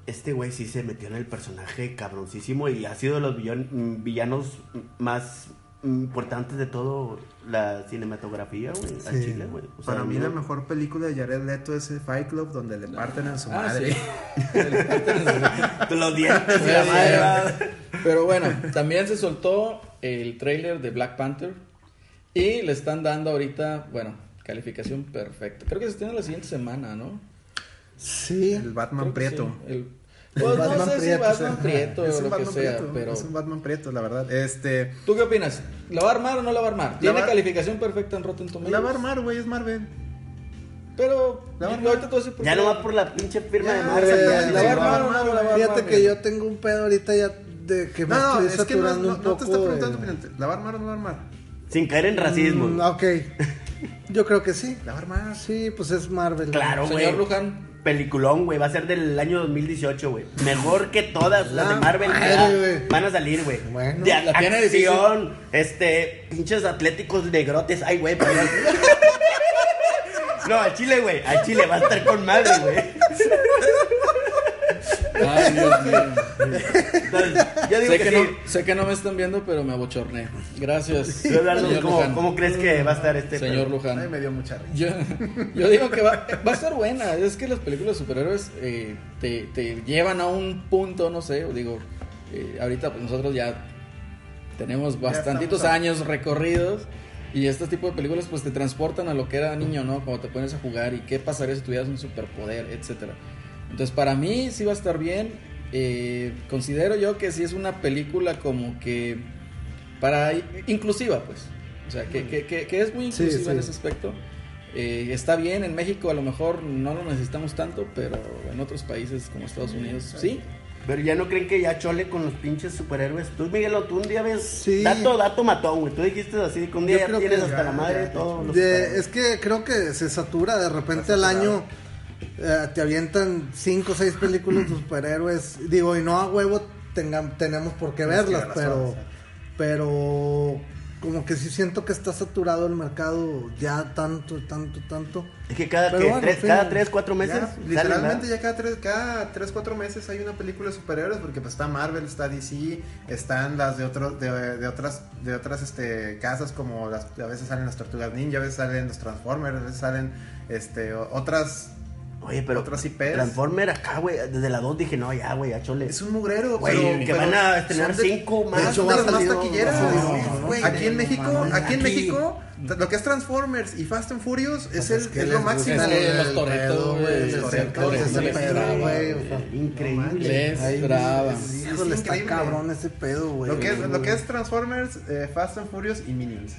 Este güey sí se metió en el personaje cabroncísimo y ha sido de los villon- mm, villanos mm, más importantes de todo la cinematografía, güey. al Sí. Chile, güey. O sea, Para mí no- la mejor película de Jared Leto es el Fight Club, donde le parten en su Ah, *laughs* madre. sí. Los dientes y la madre. Pero bueno, también se soltó el trailer de Black Panther. Y le están dando ahorita, bueno, calificación perfecta. Creo que se estrena la siguiente semana, ¿no? Sí. El Batman Creo que Prieto. sí, el- El Pues no Batman sé si Prieto, Batman sí. Prieto es o un lo que Batman sea, Prieto, pero... es un Batman Prieto, la verdad. Este, ¿Tú qué opinas? ¿La va a armar o no la va a armar? Tiene va- calificación perfecta en Rotten Tomatoes. la va a armar, güey, es Marvel. Pero La va a yo- armar. ahorita todo ese Ya no va por la pinche firma de Ya, Marvel. ya, ya, Ah, la ya, va a ya. armar, la va a Fíjate armar, que güey. yo tengo un pedo ahorita ya de que me No, no, estoy es que no, saturando no- un no te poco. está preguntando tu de- opinión. ¿La va a armar o no la va a armar? Sin caer en racismo. Mm, ok. Yo creo que sí. La va a armar. Sí, pues es Marvel. Claro, güey. Señor *laughs* Luján. Peliculón, güey. Va a ser del año 2018, güey. Mejor que todas las de Marvel que madre, ya güey. van a salir, güey. Bueno, de la tiene difícil. acción, este, pinches atléticos negrotes. Ay, güey, perdón. No, al Chile, güey. Al Chile va a estar con madre, güey. Ay, Dios mío. Entonces, Yo digo sé, que, que sí. no, sé que no me están viendo, pero me abochorné. Gracias. Yo, Eduardo, señor ¿cómo, Luján. cómo crees que va a estar este? Señor Luján. Ay, me dio mucha risa. Yo, yo digo que va, va a estar buena. Es que las películas de superhéroes eh, te, te llevan a un punto, no sé. Digo, eh, ahorita pues, nosotros ya tenemos bastantitos estamos a- años recorridos. Y este tipo de películas pues te transportan a lo que era niño, ¿no? Cuando te pones a jugar y qué pasaría si tuvieras un superpoder, etcétera. Entonces para mí sí va a estar bien. Eh, considero yo que sí es una película como que para inclusiva, pues. O sea, que, que, que, que es muy Sí, inclusiva en sí. ese aspecto. Eh, está bien, en México a lo mejor no lo necesitamos tanto, pero en otros países como Estados Unidos sí. Pero ya no creen que ya chole con los pinches superhéroes. Tú, Miguelo, tú un día ves. Sí. Dato, dato matón, güey. Tú dijiste así, que un Yo día ya creo tienes que hasta ya, la madre de ya, todos los. superhéroes. De- es que creo que se satura de repente al año. eh, te avientan cinco o seis películas de superhéroes. Digo, y no a huevo tengan- tenemos por qué Tienes que verlas, verlas pero, todas, ¿eh? pero como que sí siento que está saturado el mercado ya tanto, tanto, tanto. Es que cada, Pero que bueno, tres, sí. cada tres, cuatro meses. Ya, salen, literalmente ¿verdad? ya cada tres, cada tres, cuatro meses hay una película de superhéroes porque pues está Marvel, está DC, están las de otros, de, de otras, de otras este casas como las, a veces salen las Tortugas Ninja, a veces salen los Transformers, a veces salen este o- otras. Oye, pero Otras IPs. Transformer acá, güey. Desde la 2 dije, no, ya, güey, ya chole. Es un mugrero, Güey, pero- que pero van a estrenar son de- cinco son más. de De hecho, va las a más salir- taquilleras. va a salir- güey. no, Güey, no, aquí en no, México, mames, aquí en aquí. México, lo que es Transformers y Fast and Furious es, el, es que es lo les máximo. gusta el- los El Toretto, pedo, güey, güey, es el Los Toretto, Toretto, es el les pedo, traba, güey. o sea, Increíble. manches. Es Ahí, brava. sí, Es híjole, está increíble. cabrón ese pedo, güey. Lo que, es, lo que Pues, es Transformers, eh, Fast and Furious y Minions.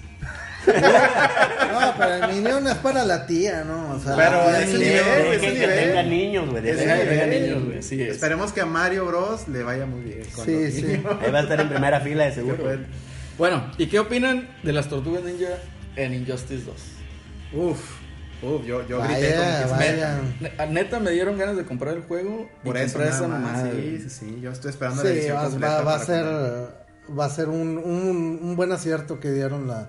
No, pero el Minion es para la tía, ¿no? Ah, O sea, Pero la tía ese Dejen- Minion- nivel, güey, Dejen ese que nivel. tengan niños, güey. Ese dejen Deja que de ver a nivel. niños, güey, así es. Esperemos que a Mario Bros le vaya muy bien. con Sí, los sí. niños. Ahí va a estar en primera fila, de seguro. Bueno, Bueno, ¿y qué opinan de las Tortugas Ninja en Injustice 2? Uf, uf, yo, yo grité Vaya, como que Me- vaya. ne- a- neta me dieron ganas de comprar el juego y Por comprar eso nada esa más. mamada. Sí, sí, sí. Yo estoy esperando la Sí, edición va, completa va- va a para ser, comprar. va a ser un, un- un buen acierto que dieron la,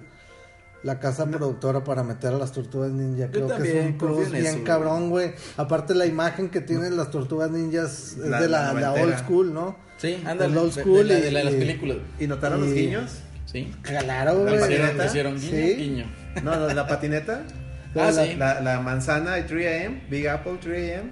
la casa productora para meter a las tortugas ninja. Creo que es también un confío plus en bien eso, güey. cabrón, güey. Aparte la imagen que tienen las tortugas ninjas es La- de la, la la noventera. old school, ¿no? Sí, ándale. El old de- school de, la- y- de la de las y- películas. güey. Pues ¿Y notaron los Y- guiños? Sí. Claro, La Le güey. hicieron, le patineta? hicieron guiño, Sí. guiño. No, la, la *laughs* patineta. Ah, la- sí. La, la manzana de 3AM, Big Apple 3AM.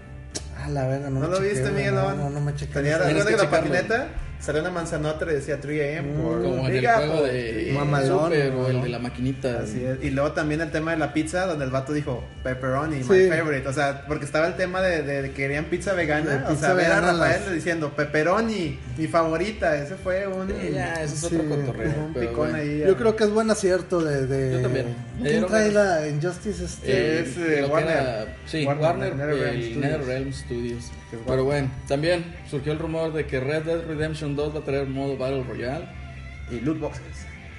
Ah, la verga, no, ¿No me lo chequé, viste, güey, Miguel no, Aban? No, no me chequé. Tenía esa- la, Tienes que que la checarlo. patineta Salió una manzanota y decía 3 AM. Mm, por Como en el Big Apple juego de Mamalón, Super o el mamalón. de la maquinita. Mm. Así es. Y luego también el tema de la pizza, donde el vato dijo pepperoni, Sí. my favorite. O sea, porque estaba el tema de, de que querían pizza vegana. De o pizza sea, ver a vegana, Rafael las- diciendo pepperoni, mi favorita. Ese fue un, Sí, ya, eso es Sí, otro cotorreo. un pero picón bueno. ahí. eh, Yo creo que es buen acierto de. de- Yo también. ¿Quién Pero- trae la Injustice? Este? Eh, Es, creo que eh, Warner. era- sí, Warner, Warner, el NetherRealm Studios. NetherRealm Studios. Que es Warner. Pero bueno, también surgió el rumor de que Red Dead Redemption 2 va a traer modo Battle Royale. Y loot boxes.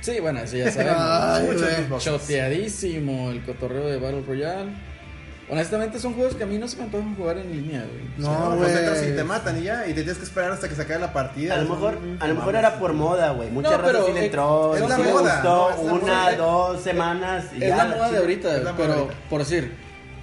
Sí, bueno, eso *laughs* ya Ay, sabemos. güey. Mucho Choteadísimo el cotorreo de Battle Royale. Honestamente, son juegos que a mí no se me antojan jugar en línea, güey. No, O sea, güey. pues entras y te matan y ya. Y te tienes que esperar hasta que se acabe la partida. A lo Es un- mejor, a lo mejor mames. era por moda, güey. Mucha No, raza pero sí le es- entró, eh, es sí la le moda, gustó no, es la una, moda. dos semanas y Es ya. la moda de ahorita, es la moda pero ahorita. pues por decir,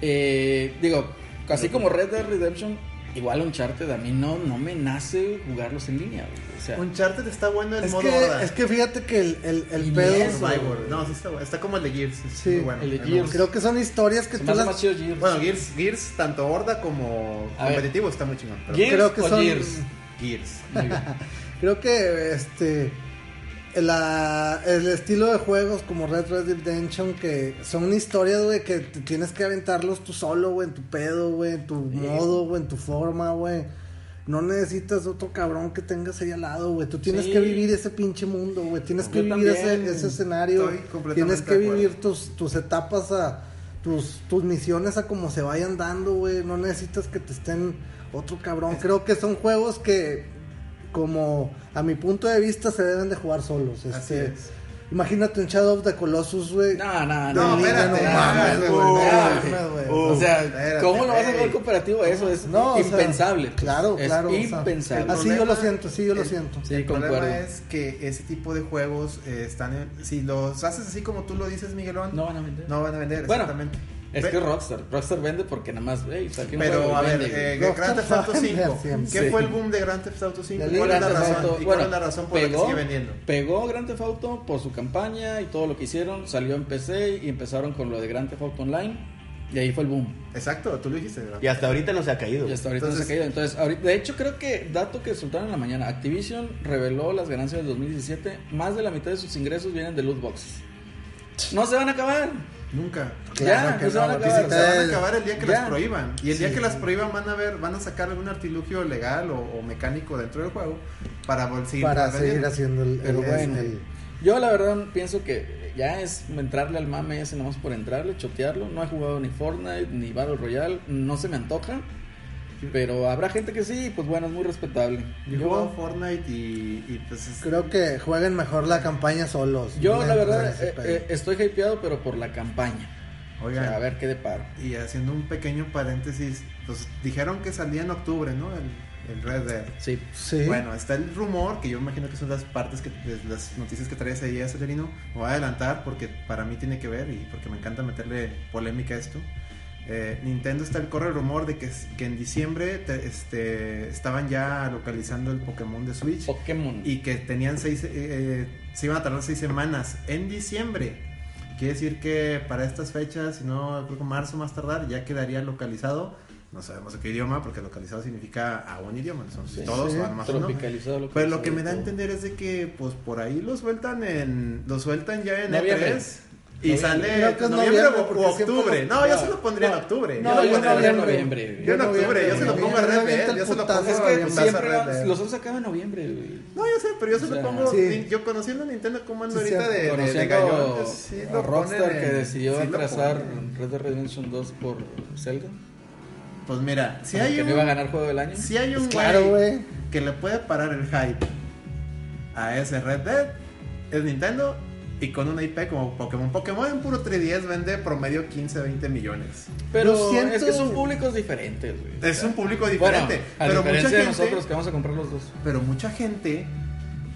eh, digo, así como Red Dead Redemption, igual Uncharted a mí no, no me nace jugarlos en línea, güey. O sea, Uncharted está bueno en Es modo que, horda. es que fíjate que el, el, el Y pedo. eso, Survivor. No, sí está bueno. Está como el de Gears. es Sí, muy bueno. el de Me Gears. gusta. Creo que son historias que se tú me hace las- más chido Gears. Bueno, Gears, Gears, tanto horda como A ver. competitivo, está muy chingón. pero- Gears creo que o son- Gears. Gears. Muy bien. Creo que este la- el estilo de juegos como Red Red Redemption que son historias, güey, que te tienes que aventarlos tú solo, güey, en tu pedo, güey, en tu modo, güey, en tu forma, güey. No necesitas otro cabrón que tengas ahí al lado, güey. Tú tienes Sí. que vivir ese pinche mundo, güey. Tienes que Yo vivir también ese, ese escenario. estoy completamente Tienes que de acuerdo. vivir tus, tus etapas a tus, tus misiones a como se vayan dando, güey. No necesitas que te estén otro cabrón. Creo que son juegos que, como a mi punto de vista, se deben de jugar solos. Así Este, es. Imagínate un Shadow of the Colossus, güey. No, no, No, no. espérate, no mames, güey, no, no espérate. mames, güey. O sea, Espérate, ¿cómo lo vas a jugar güey. cooperativo? Eso es No, o sea, impensable. pues. claro, Es claro. o sea, Impensable. así yo lo problema- siento, sí, yo lo el- siento. Sí, el concuerdo. problema es que ese tipo de juegos eh, están en- si los haces así como tú lo dices, Miguelón, No no, van a vender. van a vender, Bueno, exactamente. Es Ve- que Rockstar. Rockstar vende porque nada más, ey, saqué un juego pero y a ver, vende, eh, güey. Grand Theft Auto Rockstar 5. siempre. ¿Qué Sí. fue el boom de Grand Theft Auto 5? La ¿Cuál Liga es Grand la Theft razón? Auto, ¿Y cuál bueno, es la razón por la que sigue vendiendo? Pegó Grand Theft Auto por su campaña y todo lo que hicieron, salió en PC y empezaron con lo de Grand Theft Auto Online y ahí fue el boom. Exacto, tú lo dijiste, ¿verdad? Y hasta ahorita no se ha caído. Y hasta ahorita no se ha Entonces- caído. Entonces, ahorita, de hecho, creo que dato que soltaron en la mañana, Activision reveló las ganancias del 2017, más de la mitad de sus ingresos vienen de loot boxes. No se van a acabar. Nunca. Claro ya, que no se no, van a porque acabar. si Se van a El- acabar el día que ya. las prohíban. Y el día que las prohíban van a ver, van a sacar algún artilugio legal o, o mecánico dentro del juego para vol- seguir para seguir vendiendo. haciendo el, este, el- Pero bueno. el- Yo la verdad pienso que ya es entrarle al mame ese nomás por entrarle, chotearlo. No he jugado ni Fortnite ni Battle Royale, no se me antoja. Pero habrá gente que sí, pues bueno, es muy respetable. Yo jugaba Fortnite y, y pues es- Creo que jueguen mejor la campaña solos. Yo no la entran verdad a ese eh, pedo. eh, estoy hypeado, pero por la campaña. O Oigan, sea, a ver qué depara. y haciendo un pequeño paréntesis, pues dijeron que salía en octubre, ¿no? El, el Red Dead. Sí. Sí. Bueno, está el rumor, que yo imagino que son las partes que de las noticias que traes ahí, Acelerino. Me voy a adelantar porque para mí tiene que ver y porque me encanta meterle polémica a esto. Eh, Nintendo está el corre el rumor de que, que en diciembre te- este, estaban ya localizando el Pokémon de Switch Pokémon. y que tenían seis, eh, eh, se iban a tardar seis semanas en diciembre. Quiere decir que para estas fechas, si no, creo que marzo más tardar, ya quedaría localizado. No sabemos de qué idioma, porque localizado significa a un idioma, no son Sí, todos sí, o nomás uno. tropicalizado. Lo Pero lo que me da a todo. entender es de que, pues por ahí lo sueltan en, lo sueltan ya en Noviembre. E3 y Noviembre. sale Creo que es noviembre, noviembre, o- porque o siempre octubre. lo- No, yo se lo pondría en octubre. no, yo lo yo pondría no, en yo no. noviembre. noviembre, güey. Yo en octubre, yo se lo noviembre, pongo a noviembre, Red Dead, avienta yo el se lo putazo, pongo Es a que Red Putazo siempre Dead. van- los otros acaban en noviembre, güey. No, yo sé, pero yo se O sea, lo pongo. sí. ni- Yo conociendo a Nintendo como ando Sí, ahorita cierto. de, de, de Conociendo gallón, pues, sí a lo Rockstar ponen que en- decidió sí lo atrasar ponen. Red Dead Redemption 2 por Zelda. Pues mira, si o sea, hay que no iba a un, ganar juego del año. si hay un Pues claro, güey. que le puede parar el hype a ese Red Dead, es Nintendo. Y con una IP como Pokémon. Pokémon en puro 3DS vende promedio 15, 20 millones. Pero Yo siento- es que son públicos diferentes, güey. O Es sea, un público bueno, diferente. a pero mucha diferencia gente. de nosotros que vamos a comprar los dos. Pero mucha gente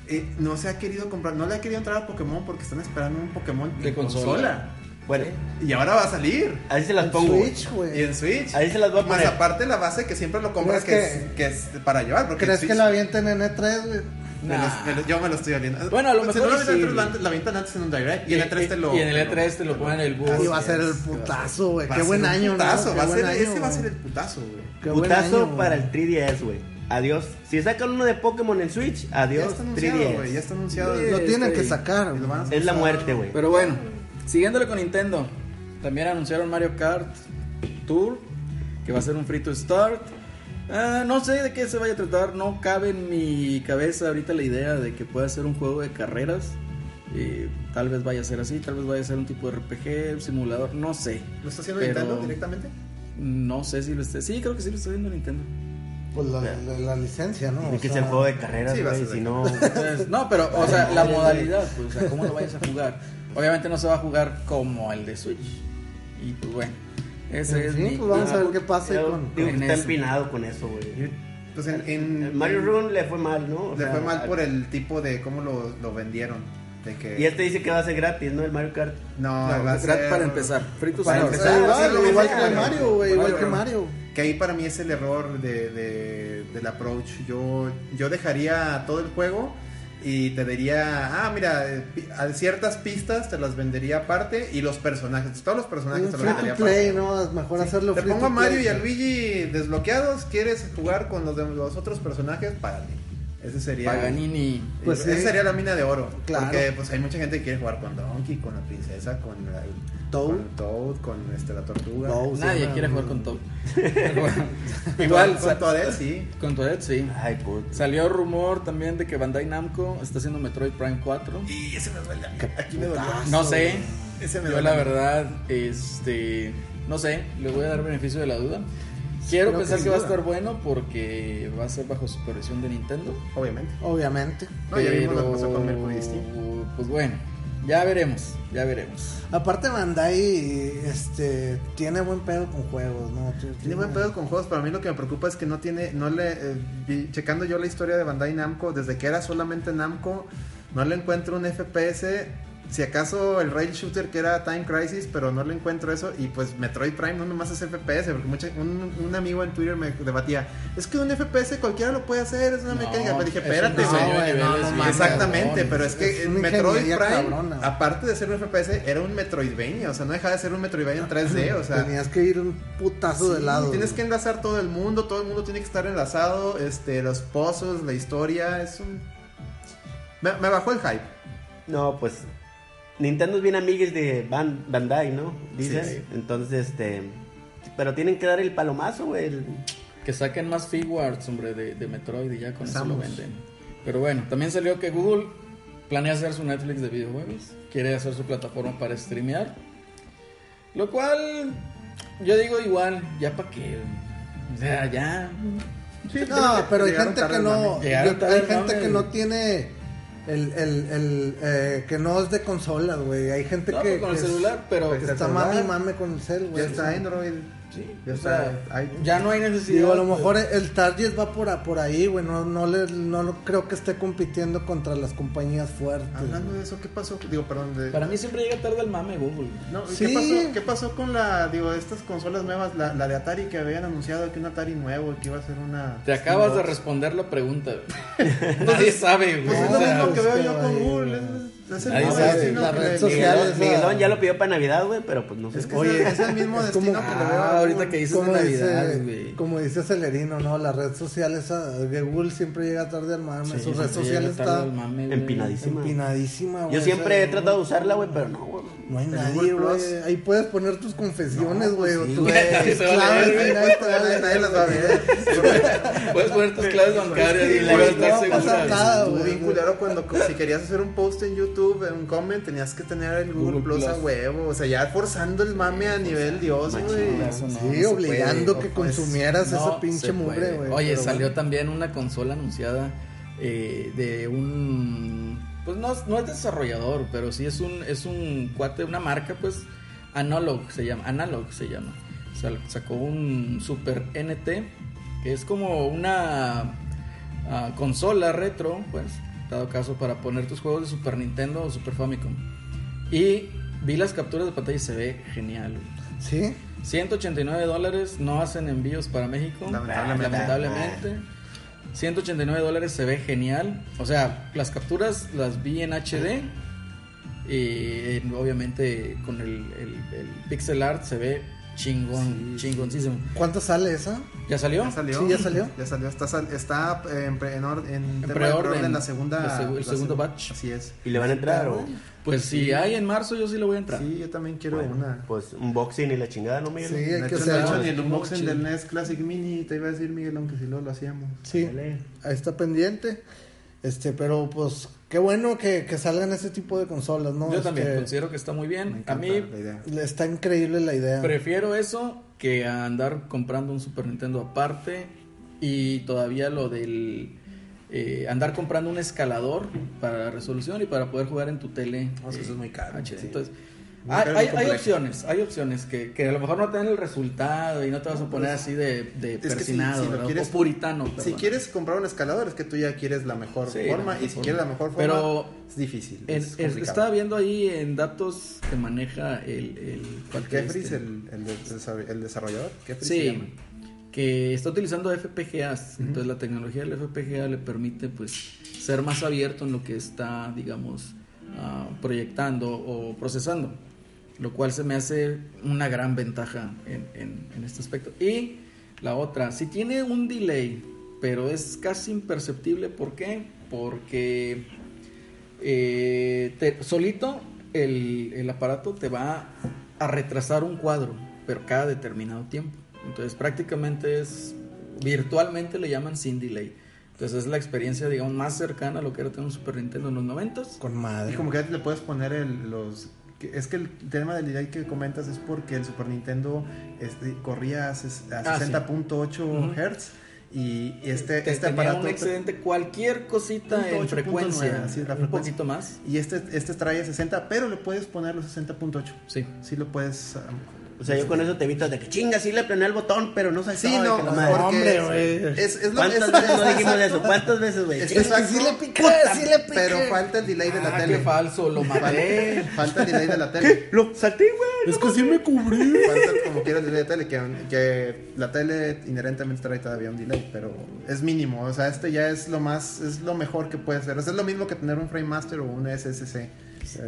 eh, no se ha querido comprar, no le ha querido entrar a Pokémon porque están esperando un Pokémon De en consola. Bueno, Y ahora va a salir. ahí se las En pongo. Switch, güey. Y en Switch. Ahí se las voy a Más poner. aparte la base que siempre lo compras que, ¿Crees es, que es para llevar. Porque ¿Crees en que Switch la avienten en E3, güey? me Nah. lo- me lo- yo me lo estoy oliendo. Bueno, a lo Si mejor no y avientan sí, antes, güey. la avientan antes en un direct. Y en el 3 te lo. Y en el E3 te lo ponen en el bus. Y va a Así ser el es, putazo, güey. Va a Qué ser buen un año, ¿no? putazo, Qué va a buen ser- año, Ese va a güey. ser el putazo, güey. Qué buen Putazo año, para güey. el 3DS, güey. Adiós. Si sacan uno de Pokémon en Switch, Ya adiós. está 3DS. anunciado, güey. Ya está anunciado. Este, Sí, Lo Lo tiene- tienen que güey. sacar. lo van a- Es la muerte, güey. Pero bueno, siguiéndole con Nintendo, también anunciaron Mario Kart Tour, que va a ser un free to start. Ah, no sé de qué se vaya a tratar, no cabe en mi cabeza ahorita la idea de que pueda ser un juego de carreras. Y tal vez vaya a ser así, tal vez vaya a ser un tipo de RPG, simulador, no sé. ¿Lo está haciendo Pero- Nintendo directamente? No sé si lo esté. Sí, creo que sí lo está haciendo *laughs* Nintendo. Pues la, la- la licencia, ¿no? Tiene O que sea, ser juego de carreras, Sí, va a güey. ser Si de- *laughs* no. Entonces, no, pero, o sea, la modalidad, pues, o sea, cómo lo vayas a jugar. Obviamente no se va a jugar como el de Switch. Y pues bueno, ese es En fin, mi- pues vamos a ver qué pasa Yo con... digo que con está eso. empinado con eso, güey. Pues en, en- El Mario Run le fue mal, ¿no? O Le sea, fue mal por el tipo de cómo lo, lo vendieron. De que... Y este dice que va a ser gratis, ¿no? El Mario Kart. No, No, va a gratis ser- para empezar, free to Para start. empezar, Ahí va, sí, lo igual mismo que con Mario, güey, igual que Run. Mario. Que ahí para mí es el error de, de- del approach. Yo, yo dejaría todo el juego y te diría, ah, mira, eh, pi- a ciertas pistas te las vendería aparte y los personajes, todos los personajes Un te los free vendería to aparte. play, ¿no? Es Mejor hacerlo Te free pongo to a Mario play. y a Luigi desbloqueados, ¿quieres jugar con los, de, los otros personajes? Págale. Ese sería... Paganini. Pues Pues sí. esa sería la mina de oro. Claro. Porque pues hay mucha gente que quiere jugar con Donkey, con la princesa, con la Toad. con, Toad, con, este, la tortuga. Toad. Nadie Oh, no, quiere no, jugar no. con *laughs* Toad. Pero bueno, Igual, Igual, con sa- Toadette, sí. con Toadette, sí. Ay, puto. Salió rumor también de que Bandai Namco está haciendo Metroid Prime 4. Y ese me duele. Aquí me duele. putazo. No sé. Ese me Yo duele. la verdad, este, no sé, le voy a dar beneficio de la duda. Quiero Creo que pensar que, sin va a duda. estar bueno porque va a ser bajo supervisión de Nintendo. Obviamente. Obviamente. No, ya vimos lo que pasó con Pero, Mercury Steam. Pues bueno, ya veremos, ya veremos. Aparte Bandai este tiene buen pedo con juegos, ¿no? Tiene, Tiene buen pedo con juegos. Para mí lo que me preocupa es que no tiene. No le. eh, vi- checando yo la historia de Bandai Namco, desde que era solamente Namco, no le encuentro un FPS. Si acaso el rail shooter que era Time Crisis, pero no le encuentro eso. Y pues Metroid Prime no nomás es FPS. Porque mucha- un, un amigo en Twitter me debatía: Es que un FPS cualquiera lo puede hacer, es una mecánica. Pero dije: es un Espérate, diseño güey". de güey, no, niveles no bien mames. Exactamente, cabrón. pero es que Es una Metroid Prime, ingeniería cabrona. aparte de ser un FPS, era un Metroidvania, o sea, no dejaba de ser un Ah, Metroidvania en 3D, o sea, Tenías que ir un putazo de sí, lado. tienes que güey. enlazar todo el mundo, todo el mundo tiene que estar enlazado, este, los pozos, la historia, es un... Me, me bajó el hype. No, pues. Nintendo es bien amigues de Ban- Bandai, ¿no? Dices. Sí, sí. Entonces, este. Pero tienen que dar el palomazo, güey. el- Que saquen más figuarts, hombre, de, de Metroid y ya con eso lo Samus. venden. Pero bueno, también salió que Google planea hacer su Netflix de videojuegos, quiere hacer su plataforma para streamear. Lo cual, yo digo igual, ya para qué. O sea, ya. No, pero hay Llegaron gente tarde, que no mami. Llegaron yo- tarde, hay gente mami. que no tiene el, el, el eh, que no es de consolas, güey. Hay gente No, que pues con que el es- celular, pero. que está celular. mami mame con el cel, güey. Ya está Android. Sí, Ya o está, sea, hay- ya no hay necesidad. Digo, a lo pues. mejor el target va por, a- por ahí, güey. No, no, le, no lo- creo que esté compitiendo contra las compañías fuertes. Hablando de eso, ¿qué pasó? Digo, perdón, de... Para mí siempre llega tarde el mame Google. No, ¿qué, Sí. pasó, ¿Qué pasó con la, digo, estas consolas nuevas, la, la de Atari que habían anunciado que un Atari nuevo, que iba a ser una... Te acabas de responder la pregunta. *laughs* güey. Nadie sabe, güey. Pues es o lo sea, mismo que veo yo Ay, con Google. güey. Es, es el Nadie mismo sabe, destino la que red le- social. Miguelón. es Miguelón, la- Miguelón ya lo pidió para Navidad, güey, pero pues no sé. Es que Oye, es, el, es el mismo es destino como- que le veo Ah, a ahorita Google. que dices Como Navidad, dice, güey. como dice Celerino, ¿no? La red social esa, de Google siempre llega tarde al mame. Sí, Su red sí, social llega tarde está el mame, güey. Empinadísimo. Empinadísima. empinadísima, güey. Yo O siempre sea, he tratado de usarla, güey, pero no, güey. No hay El nadie, Google Plus. güey. Ahí puedes poner tus confesiones, No, güey. o sí, tus pues güey, *laughs* nadie se va a claves, leer, y güey. nadie te va a Nadie- leer. nadie las va a ver. Puedes poner tus claves Pues, bancarias y Sí, la güey, vas a estar no va a pasar nada. segura. Ah, Estuvo güey. bien culero cuando si querías hacer un post en YouTube, en un comment, tenías que tener el Google, Google Plus, a Plus. huevo. O sea, ya forzando el mame a nivel Dios, güey. güey. Eso no, no Sí, se obligando puede, que pues, consumieras No esa se pinche mugre, puede. güey. Oye, pero salió bueno. también una consola anunciada eh, de un. Pues no, es- no es desarrollador, pero sí es un, es un cuate, una marca, pues. Analog se llama. Analog se llama. Sal- sacó un Super NT, que es como una ah, consola retro, pues. Dado caso para poner tus juegos de Super Nintendo o Super Famicom. Y vi las capturas de pantalla y se ve genial. güey. Sí. 189 dólares, no hacen envíos para México. Ah, Lamentablemente. Lamentablemente. 189 dólares se ve genial. O sea, las capturas las vi en HD. Y en- obviamente con el, el- el pixel art se ve Chingón, chingoncísimo. ¿Cuánto sale esa? ¿Ya salió? Ya salió. Sí, ya salió. Ya salió. Está, sal- está eh, en, pre- en, or- en tema de preorden. preorden la segunda. El segu- el la segundo seg- batch. Así es. ¿Y le van a entrar o...? Pues si hay en marzo, yo sí le voy a entrar. Sí, yo también quiero Bueno, una. Pues un boxing y la chingada, ¿no, Miguel? Sí, De hay que hecho, hacer de hecho, algo. ni el unboxing Chido. del NES Classic Mini te iba a decir, Miguel, aunque si luego lo hacíamos. Sí, Dale. ahí está pendiente. Este, pero pues qué bueno que, que salgan ese tipo de consolas, ¿no? Yo Este, también pues, considero que está muy Me bien. A encanta mí la idea. Está increíble la idea. prefiero eso que a andar comprando un Super Nintendo aparte y todavía lo del eh, andar comprando un escalador para la resolución y para poder jugar en tu tele. No, es que eso es muy caro, HD. sí. Entonces, Muy hay, caro hay- y muy hay complejo. opciones, hay opciones que, que a lo mejor no te dan el resultado y no te vas a poner así de, de Pues, Es que si- persinado si lo ¿verdad? quieres- o puritano. Si perdón. quieres comprar un escalador, es que tú ya quieres la mejor Sí, forma. la y si mejor quieres la mejor forma, Pero es difícil. En- es es- complicado. estaba viendo ahí en datos que maneja el... este, el ¿El Jeffries, el, el, de- desa- el desarrollador? Jeffries se llama. Sí, que está utilizando FPGAs. Entonces la tecnología del FPGA le permite pues ser más abierto en lo que está, digamos, ah, proyectando o procesando. Lo cual se me hace una gran ventaja en, en- en este aspecto. Y la otra, si tiene un delay, pero es casi imperceptible, ¿por qué? Porque eh, te- solito el, el aparato te va a retrasar un cuadro, pero cada determinado tiempo. Entonces prácticamente es, virtualmente le llaman sin delay. Entonces es la experiencia, digamos, más cercana a lo que era tener un Super Nintendo en los 90 Con madre. Y como que ya te le puedes poner el- los... que- Es que el tema del delay que comentas es porque el Super Nintendo este, corría a, ses- a Ah, sí. 60.8 Ujú. Hz y este, Te- este tenía aparato... un excedente cualquier cosita Punto en ocho, punto frecuencia, nueve, así es la un frecuencia. poquito más. Y este, este trae 60, pero le puedes poner los 60.8. Sí. Sí lo puedes... ah, O sea, yo con eso te evitas de que chinga, sí le planeé el botón, pero no sé Sí, no, que la no, madre". porque hombre, güey. es, es lo ¿Cuántas es- veces no es- *laughs* dijimos eso? ¿Cuántas veces, güey? es- Chinga. Exacto. exacto, Sí le piqué, puta, sí le piqué. Pero falta el delay de la Ah, tele. qué falso, *laughs* lo maté. Falta, falta el delay de la tele. Lo salté, güey. Es que sí me cubrí. Falta como quieras delay de tele, que, que la tele inherentemente trae todavía un delay, pero es mínimo. O sea, este ya es lo más, es lo mejor que puede hacer. O sea, es lo mismo que tener un Frame Master o un SSC. eh,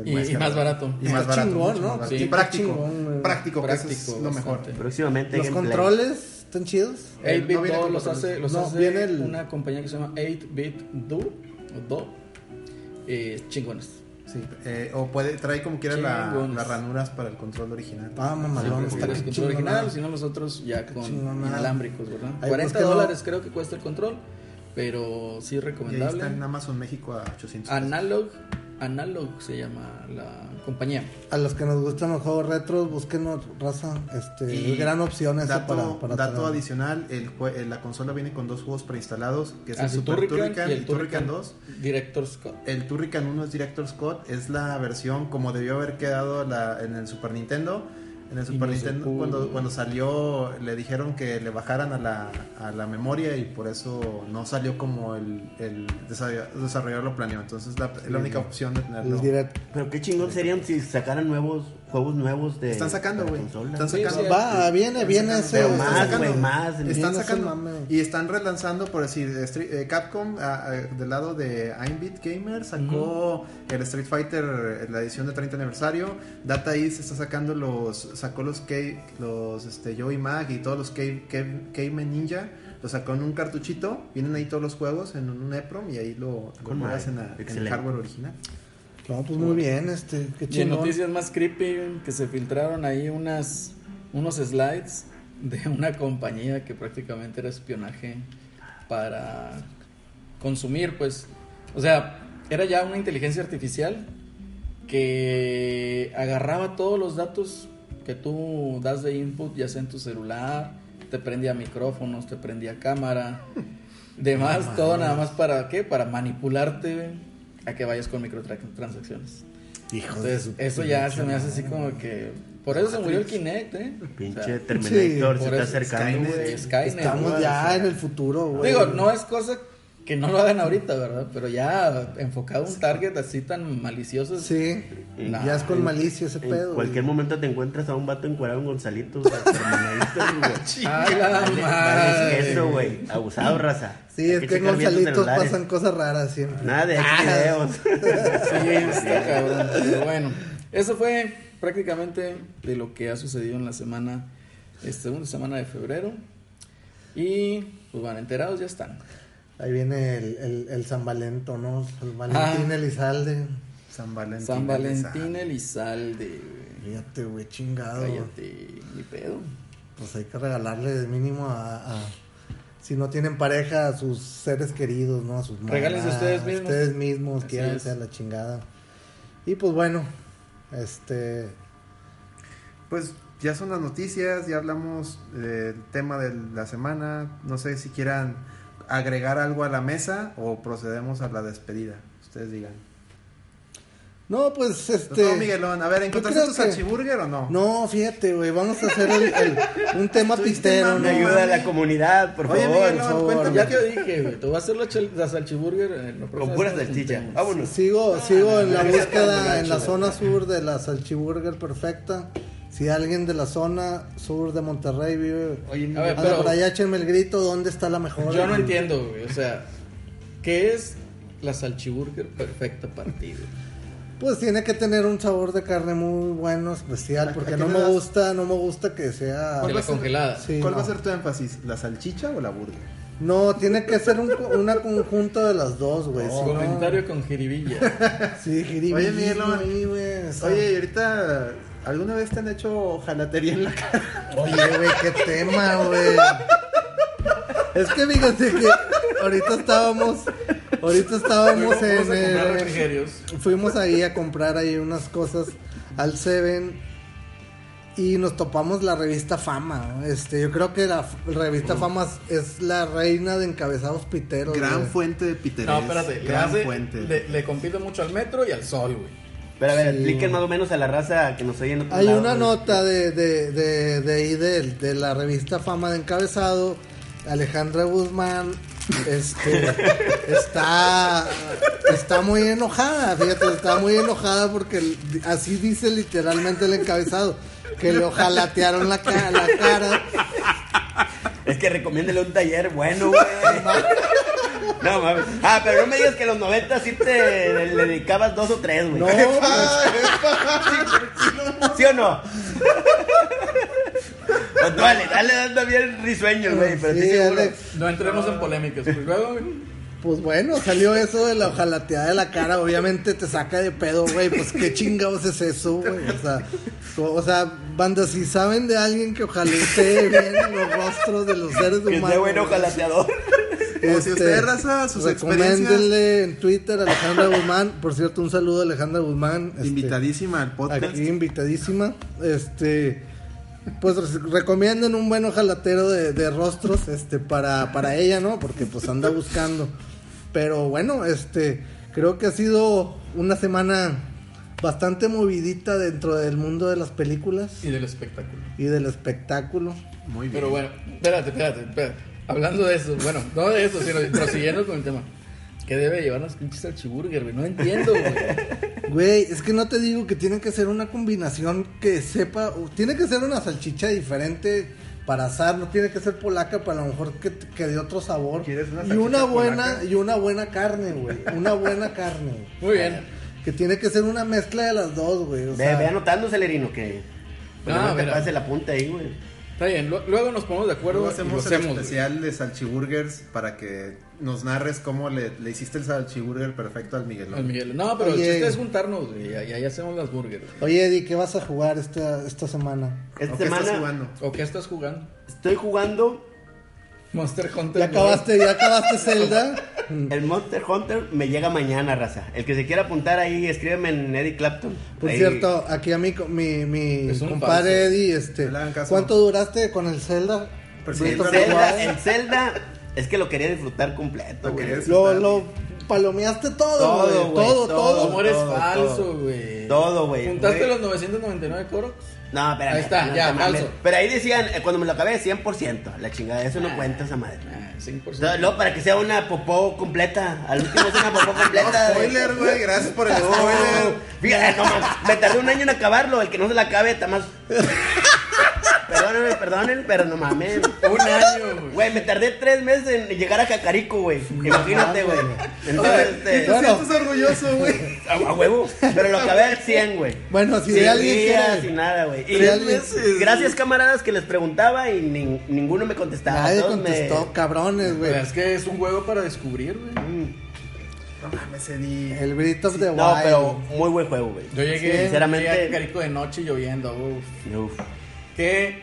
Y- y más caro. barato. Y más Está barato. chingón, mucho ¿no? más barato. Sí. y práctico. Está chingón, güey. práctico, que eso Práctico, es lo mejor. bastante. Próximamente Los gameplay. controles están chidos. Eh, no 8-bit viene Do con los botones. hace, los No, hace viene el- una compañía que se llama 8-bit Do, o Do, eh, chingones. Sí, eh, o puede, trae como quieras la- Chingón. las ranuras para el control original. Ah, mamalón, Sí, está los qué control original, chingón. sino nosotros ya con chingona. inalámbricos, ¿verdad? Ahí 40 buscado- dólares creo que cuesta el control, pero sí y ahí está en recomendable. Amazon México a 800 pesos. Analog, Analog se llama la compañía. A los que nos gustan los juegos retros, búsquenos, raza. Este, Y es gran opción esa Dato, para, para dato tener. adicional, el jue- eh, la consola viene con dos juegos preinstalados, que es Ah, el su Super Turrican Turrican y el Turrican 2. Director Scott. El Turrican 1 es Director Scott, es la versión como debió haber quedado la- en el Super Nintendo. En el Super no se Nintendo, pudo. cuando, cuando salió, le dijeron que le bajaran a la, a la memoria y por eso no salió como el, el desa- desarrollador lo planeó. Entonces, la- es la única opción de El tenerlo. direct. Pero qué chingón serían si sacaran nuevos juegos nuevos de. Están sacando, de güey. consola. Están Sí, sacando. sí, Va, viene, viene sacando- ese. Pero están más, sacando- güey, más. Viene Están ese sacando mame. y están relanzando, por decir, Street- eh, Capcom a- a- del lado de Einbit Gamer sacó el Street Fighter, eh, la edición de 30 aniversario. Data East está sacando los, sacó los K, los este, Joey Mag y todos los K, K- K-Men Ninja. Lo sacó en un cartuchito. Vienen ahí todos los juegos en un EPROM y ahí lo, lo Con juegas en, madre. la- en el Excelente. hardware original. No, pues muy bien, este, Y qué en chingón. noticias más creepy, que se filtraron ahí unas, unos slides de *laughs* una compañía que prácticamente era espionaje para consumir, pues. O sea, era ya una inteligencia artificial que agarraba todos los datos que tú das de input, ya sea en tu celular, te prendía micrófonos, te prendía *laughs* cámara, demás, todo nada más para qué? Para manipularte a que vayas con microtransacciones. Hijo de Entonces, su eso ya pinche se me hace así como que. Por eso se murió el Kinect, ¿eh? Pinche Terminator Sí, se por está eso acercando, Skynet, güey. Skynet, Estamos ¿no? ya en el futuro, güey. Digo, no es cosa que no lo hagan ahorita, ¿verdad? Pero ya enfocado a un target así tan malicioso. es- Sí, Nah, ya es con en- malicia ese En pedo. cualquier güey. momento te encuentras a un vato encuadrado en Gonzalito, güey. Terminator, *laughs* güey. ¡Ay, la Dale- dale madre! Eso, güey. Abusado, raza. Sí, Hay es que en checar bien tus Gonzalitos celulares. pasan cosas raras siempre. Nada de videos. Sí, está cabrón. Pero bueno, eso fue prácticamente de lo que ha sucedido en la semana Es segunda semana de febrero. Y pues van enterados, ya están. Ahí viene el, el, el San Valento, ¿no? San Valentín Ah. Elizalde. San Valentín. San Valentín Elizalde. Elizalde, güey. Fíjate, güey, chingado. Cállate, ni pedo. Pues hay que regalarle de mínimo a, a- Si no tienen pareja, a sus seres queridos, ¿no? A sus mamás, Regálense ustedes mismos. Ustedes mismos, Así quédense a es. la chingada. Y pues bueno, este. Pues ya son las noticias, ya hablamos del tema de la semana. No sé si quieran agregar algo a la mesa o procedemos a la despedida. Ustedes digan. No, pues este. Doctor Miguelón, a ver, ¿encontraste creo tu que- salchiburger o no? No, fíjate, güey, vamos a hacer el- el- un tema Estuviste pitero, mamón. Una ¿no? *laughs* ayuda a la comunidad, por Oye, favor. Miguelón, por favor. cuéntame Ya te dije, güey, te voy a hacer la, chal- la salchiburger eh, en la próxima Con puras semana. salchichas. Ah, Vámonos. Sigo, sigo en la no, no, no, no, búsqueda en no, la no, zona sur de la salchiburger perfecta. Si alguien de la zona sur de Monterrey vive, Oye, A ver, anda pero- por allá, échenme el grito, ¿dónde está la mejor? Yo no entiendo, güey. O sea, ¿qué es la salchiburger perfecta para ti, güey? Pues tiene que tener un sabor de carne muy bueno, especial, porque ¿A no qué le me das? gusta, no me gusta que sea... De va a la ser- congelada. Ah, pues, Sí, ¿Cuál no. va a ser tu énfasis? ¿La salchicha o la burger? No, tiene que ser un, co- una conjunto de las dos, güey. si pues, no- Oh, Comentario con *laughs* jiribilla. Sí, jiribilla, Oye, Miguelón. ahí, güey, o sea- Oye, y ahorita, ¿alguna vez te han hecho jalatería en la cara? Oye, güey, qué tema, güey. Es que fíjate que ahorita estábamos, ahorita estábamos Vamos a en, comprar eh, refrigerios. fuimos ahí a comprar ahí unas cosas al Seven y nos topamos la revista Fama. Este, yo creo que la f- revista Fama es la reina de encabezados piteros. güey. fuente de piterés. No, espérate, le, hace, le, le compite mucho al metro y al sol, güey. Pero a ver, Sí. expliquen más o menos a la raza que nos oye en otro Hay lado, una güey. nota de, de, de, de ahí del- de, la revista Fama de Encabezado. Alejandra Guzmán este, *laughs* está, está muy enojada, fíjate, está muy enojada porque el- así dice literalmente el encabezado, que le ojalatearon la, ca- la cara. Es que recomiéndele un taller bueno, güey. No mames. Ah, pero no me digas que en los 90 sí te le, le dedicabas dos o tres, güey. *laughs* No, pues, ¿Sí o no? Pues dale, dale dando bien risueños, güey. Pero sí, Sí, seguro. Alex. No entremos en polémicas. Pues luego, güey. pues bueno, salió eso de la ojalateada de la cara, obviamente te saca de pedo, güey, pues qué chingados es eso, güey, o sea, o, o sea, banda, si saben de alguien que ojalatee bien los rostros de los seres Que humanos. sea bueno güey, jalateador. O si usted, raza, sus recomiéndenle en Twitter a Alejandra Guzmán, por cierto, un saludo a Alejandra Guzmán. este, Invitadísima al podcast. Aquí invitadísima. Este. Pues re- recomienden un buen ojalatero de, de rostros este, para, para ella, ¿no? Porque pues anda buscando. Pero bueno, este. Creo que ha sido una semana bastante movidita dentro del mundo de las películas y del espectáculo. y del espectáculo. Muy bien. Pero bueno, espérate, espérate, espérate. Hablando de eso, bueno, no de eso, sino prosiguiendo con el tema. ¿Qué debe llevarnos pinche salchiburger, güey? No entiendo, güey. Güey, es que no te digo que tiene que ser una combinación que sepa, o tiene que ser una salchicha diferente para asar, no tiene que ser polaca, para a lo mejor que, que de otro sabor. ¿Quieres una y una salchicha buena polaca? y una buena carne, güey, una buena carne. güey. Muy bien. Que tiene que ser una mezcla de las dos, güey. o Ve, sea, ve anotando, Celerino, que. Pero No, no, te mira. pases la punta ahí, güey. Está bien, lu- luego nos ponemos de acuerdo Luego y lo hacemos el hacemos. güey. especial de salchiburgers para que nos narres cómo le, le hiciste el salchiburger perfecto al Miguelón. Al Miguel. No, pero Oye. el chiste es juntarnos, güey, y ahí hacemos las burgers. güey. Oye, Eddie, ¿qué vas a jugar esta, esta semana? Esta ¿O qué estás semana jugando? ¿O qué estás jugando? estoy jugando Monster Hunter. ¿Ya güey. acabaste, ya *laughs* acabaste Zelda? el Monster Hunter, me llega mañana, raza. El que se quiera apuntar ahí, escríbeme en Eddie Clapton. Por Ahí. cierto, aquí a mi, co- mi, mi Es un falso. compadre Eddie, este, No le hagan caso. ¿cuánto duraste con el Zelda? Pues Sí, sí, el pero Zelda, igual. el Zelda es que lo quería disfrutar completo, Lo güey. querías- Lo, lo palomeaste todo, Todo, güey, güey, todo, todo, todo. ¿Cómo eres todo, falso, todo. güey? Todo, güey. ¿Juntaste Güey. los 999 coros? No, espérame. Ahí está, no, ya, no mames. falso. Pero ahí decían, eh, cuando me lo acabé, 100%. La chingada, eso no cuenta esa madre. Ah, O 100%. sea, Luego, para que sea una popó completa. Al último es una popó completa. güey. Spoiler, güey, gracias por el Oh, *laughs* spoiler. Fíjate, no mames. Me tardé un año en acabarlo. El que no se la acabe, está más. Perdón, perdónenme, perdónenme, pero no mames. Un *laughs* año, güey. Güey, me tardé tres meses en llegar a Cacarico, güey. Imagínate, güey. Entonces, Te este, Bueno. sientes orgulloso, güey. a, a huevo. Pero lo acabé al 100, güey. Bueno, si Sin de alguien guías, quiere- ah, sin nada, güey. Y Tres meses. Gracias, camaradas, que les preguntaba y nin- ninguno me contestaba. Nadie Todos me- contestó, cabrones, güey. Pero pues, Es que es un juego para descubrir, güey. Mm. No mames, Eddie. El Breath of the Wild. No, pero muy buen juego, güey. Yo llegué, Sinceramente. llegué a Carico de noche lloviendo. Uf. Uf. Qué,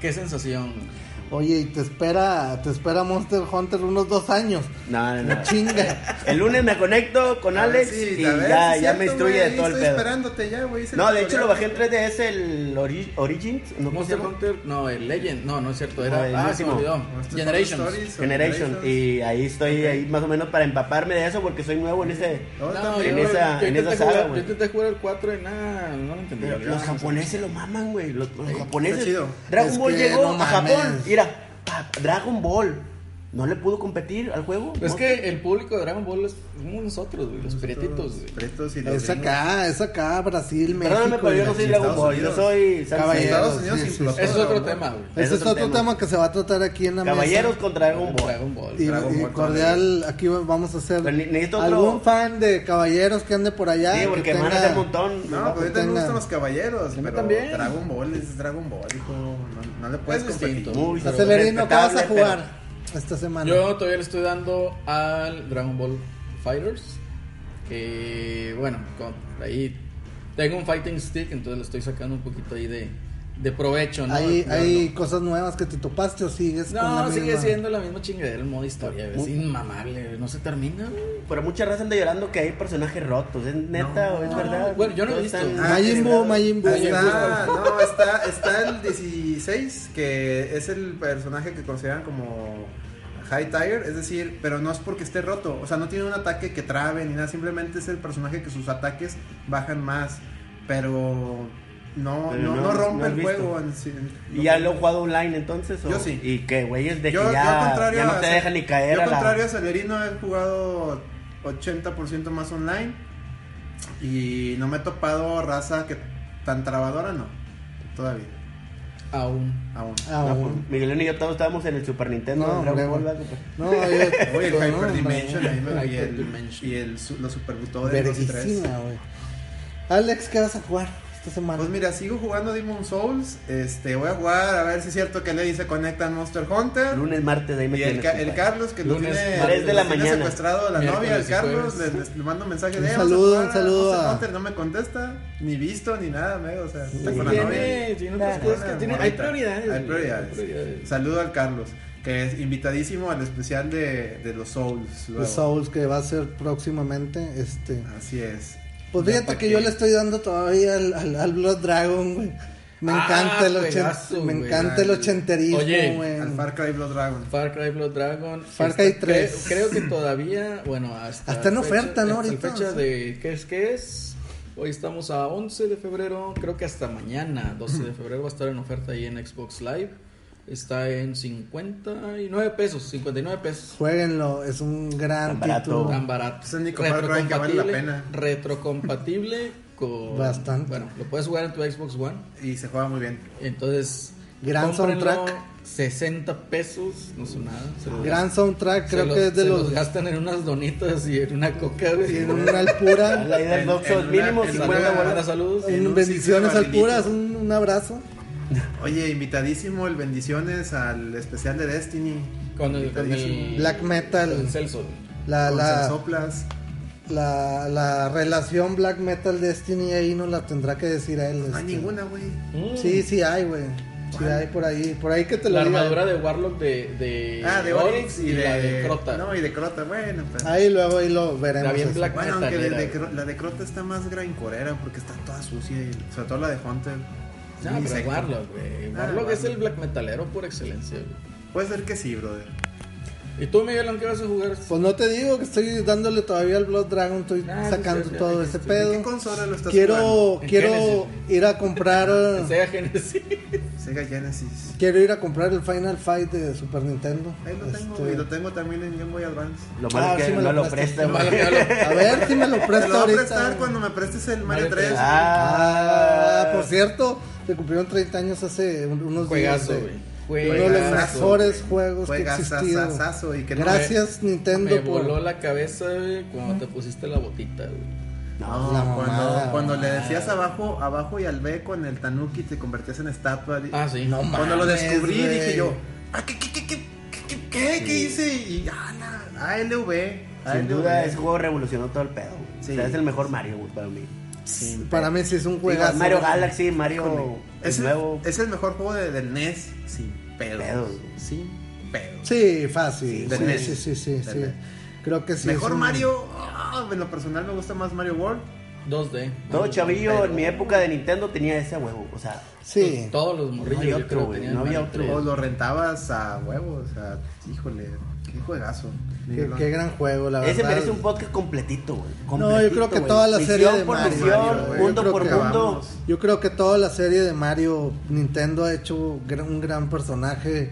qué sensación. güey. Oye, y te espera, te espera Monster Hunter unos dos años. No, no, *laughs* no. *laughs* Chinga. El lunes me conecto con Alex y ya, ya me instruye de todo el estoy pedo. esperándote ya, güey. hice el No, de hecho tutorial. lo bajé en 3DS el Ori- Origins. ¿no? ¿Cómo Monster se llama? Hunter, no, el Legend, no, no es cierto, No, era. el ah, se me último. olvidó. Monster Hunter Generations. Stories o Generation. Y ahí estoy ahí más o menos para empaparme de eso porque soy nuevo en ese. No, No, también. en yo, esa- yo en intenté esa saga, jugar, güey. yo intenté jugar el 4 y nada, no lo entendí. Pero los japoneses lo maman, güey. Los, los japoneses. está chido. Dragon Es Ball que llegó no a Japón. mames. Mira, pa- Dragon Ball. No le pudo competir al juego. Es ¿no? que el público de Dragon Ball es como nosotros, güey, los prietitos, Los güey. pretos y los Es gringos. acá, es acá, Brasil, Perdóname, México. pero yo y no la soy chi- Dragon Estados Ball. Unidos. Yo soy. San Caballero. Estados Unidos Sí, sí, implotó sí. Ese es otro Dragon tema, Ball. güey. Ese es otro tema que se va a tratar aquí en la mesa. Caballeros contra Dragon Ball. Dragon Ball. Y, Dragon y Ball cordial, aquí vamos a hacer Pero ne- necesito otro- algún fan de caballeros que ande por allá. Sí, que porque me van a tenga- hacer un No, montón. pues a mí también me gustan los caballeros, mí pero también. Dragon Ball es Dragon Ball, hijo. No, no le puedes Es distinto. competir. Muy Acelerino, ¿qué vas a respetable, jugar esta semana? Yo todavía le estoy dando al Dragon Ball Fighters. Que bueno, con- ahí tengo un fighting stick, entonces le estoy sacando un poquito ahí de, de provecho, ¿no? ¿Hay, De hay cosas nuevas que te topaste o sigues jugarlo. con la No, sigue misma? siendo la misma chingadera el modo historia, güey, Es inmamable, güey, no se termina, güey. pero- Pero mucha raza anda llorando que hay personajes rotos. ¿Es neta o es verdad? Bueno, yo no he Todos visto. están- Ah, Majin Buu, Majin Buu. Ahí Está, no, está, está el 16, que es el personaje que consideran como High Tiger, es decir, pero no es porque esté roto, o sea, no tiene un ataque que trabe ni nada, simplemente es el personaje que sus ataques bajan más, pero no, Pero no, no- no rompe no has el visto. juego. en sí. ¿Y ya lo he jugado online entonces? o- Yo sí. ¿Y qué, güey? Es de que Yo, yo ya, contrario ya no a- te deja ni caer. Yo a la- contrario a Celerino he jugado 80% más online y no me he topado raza que tan trabadora no, todavía, Aún. *laughs* aún. Ah, No, bueno. pues, Miguelón y yo todos estábamos en el Super Nintendo. No, en Dragon hombre, Ball, bueno. ¿verdad? *laughs* No, yo- Oye, el no, Hyper no, Dimension, ahí me vi Hyper el, Dimension. y el, su- los Super no. Butoden 2 y 3. Verguísima, güey. Alex, ¿qué vas a jugar esta semana? Pues mira, sigo jugando Demon Souls, este, voy a jugar a ver si es cierto que le dice conecta a Monster Hunter. Lunes, martes, ahí me y el, tienes, Ca- compadre. el Carlos que Lunes, lo tiene, tres de la lo tiene mañana. secuestrado a la Miércoles novia, el y Carlos, jueves. le, le- le mando un mensaje Un de "Eh, saludo, vamos a jugar un saludo Monster a- Hunter", no me contesta, ni visto, ni nada, me, o sea, está con la novia. Tiene, tiene otras Nah, cosas nah, que tiene. nah, Hay nah. prioridades. Hay güey, prioridades. Saludo al Carlos, que es invitadísimo al especial de, de los Souls. The luego. Souls que va a ser próximamente, este... Así es. Pues Ya fíjate pa' que qué. yo le estoy dando todavía al, al, al Blood Dragon, güey. Me Ah, encanta el ochen- juegazo, me güey, encanta el al- ochenterismo, Oye, güey. Al Far Cry Blood Dragon. Far Cry Blood Dragon. Far Cry Este, cre- 3. Creo, que todavía, bueno, hasta. Hasta en fecha- oferta, ¿no? Hasta Ahorita, fecha o sea. de. ¿Qué es? ¿Qué es? Hoy estamos a 11 de febrero. Creo que hasta mañana, 12 de febrero, va a estar en oferta ahí en Xbox Live. Está en 59 pesos. 59 pesos. Jueguenlo, es un gran Tan barato. título. Tan barato. Es el único Far Cry que vale la pena. Retrocompatible con. Bastante. Bueno, lo puedes jugar en tu Xbox One. Y se juega muy bien. Entonces. Gran cómprenlo, soundtrack. 60 pesos. No son nada. se lo Gran soundtrack, creo se que es de se los... gastan en unas donitas y en una coca, güey. y Saludos, en una A Ah, *laughs* la alpura. idea del En- Doxo, en una- mínimo en 50 una- bolas. saludos. en un un bendiciones sitio al puras, varilito. un, un abrazo. Oye, invitadísimo el bendiciones al especial de Destiny. Con el, con el Invitadísimo. Black metal. con el Celso. La, Con la, Soplas. la, la relación Black Metal Destiny ahí nos la tendrá que decir él. No hay este. ninguna, güey. Mm. Sí, sí hay, güey. Sí hay por ahí. Por ahí que te lo La diga. armadura de Warlock de, de Ah, de Oryx y, de, la de Crota. No, y de Crota, bueno. Pues. Ahí luego ahí lo veremos. Está bien eso. Black bueno, Metal, aunque de- era, de güey. Cro- la de Crota está más grancorera porque está toda sucia, y, sobre todo la de Hunter. No, Muy pero seca. Warlock, güey. Ah, Warlock es Warlock. el black metalero por excelencia, güey. Puede ser que sí, brother. ¿Y tú, Miguel, aunque vas a jugar? Pues no te digo que estoy dándole todavía al Blood Dragon, estoy Ah, sí, sacando sí, sí, todo sí, ese sí. ¿En qué pedo. consola lo estás jugando? Quiero En quiero Genesis. ir a comprar En Sega Genesis. Sega Genesis. quiero ir a comprar el Final Fight de Super Nintendo. Ahí lo tengo, Este, y lo tengo también en Game Boy Advance. Lo malo Ah, es sí que me no lo lo presta, presta, sí me güey. *laughs* Ah, a ver si me lo Te presto lo voy a ahorita. prestar cuando me prestes el Mario Mario 3. tres. güey. Ah, Ah, por cierto, se cumplieron 30 años hace un- unos Juegazo, días. de- güey. Uno de los Juegazazo, mejores güey. juegos que ha existido. Juegazazazazo y que no- Gracias, Nintendo, Me por. voló la cabeza, güey, cuando te pusiste la botita, güey. No, La cuando, mamada, cuando le mamada. decías abajo, abajo y al B con el tanuki te convertías en estatua. Ah, sí. No Cuando lo mames, descubrí güey. dije yo, ah, ¿qué, qué, qué, qué, qué, qué, qué, ¿Qué hice? Y ah, la ALV. Sin ALV. duda, ese juego revolucionó todo el pedo. güey. Sí. O sea, es el mejor Mario, güey, para mí. Para mí sí es un Digo, juegazo. Mario güey. Galaxy, Mario Es el el, nuevo. es el mejor juego de- del NES. Sin pedos. Pedos. Sin pedos. Sí, fácil. Sí, Sí, del sí, NES. sí, sí, Del sí. NES. Creo que sí. Mejor es un- Mario. ah, en lo personal me gusta más Mario World. 2D. Todo chavillo Pero- en mi época de Nintendo tenía ese huevo. O sea, Sí. Pues, Todos los No morrillos, había yo otro, creo, güey, tenían no había Mario otro. tres. O lo rentabas a huevos. O sea, híjole, qué juegazo. Qué, qué gran juego, la verdad. ese merece un podcast completito, güey. No, yo creo que toda la serie de Mario, Mario, Misión, güey. mundo Yo creo por que mundo. acabamos. Yo creo que toda la serie de Mario, Nintendo ha hecho gran- un gran personaje,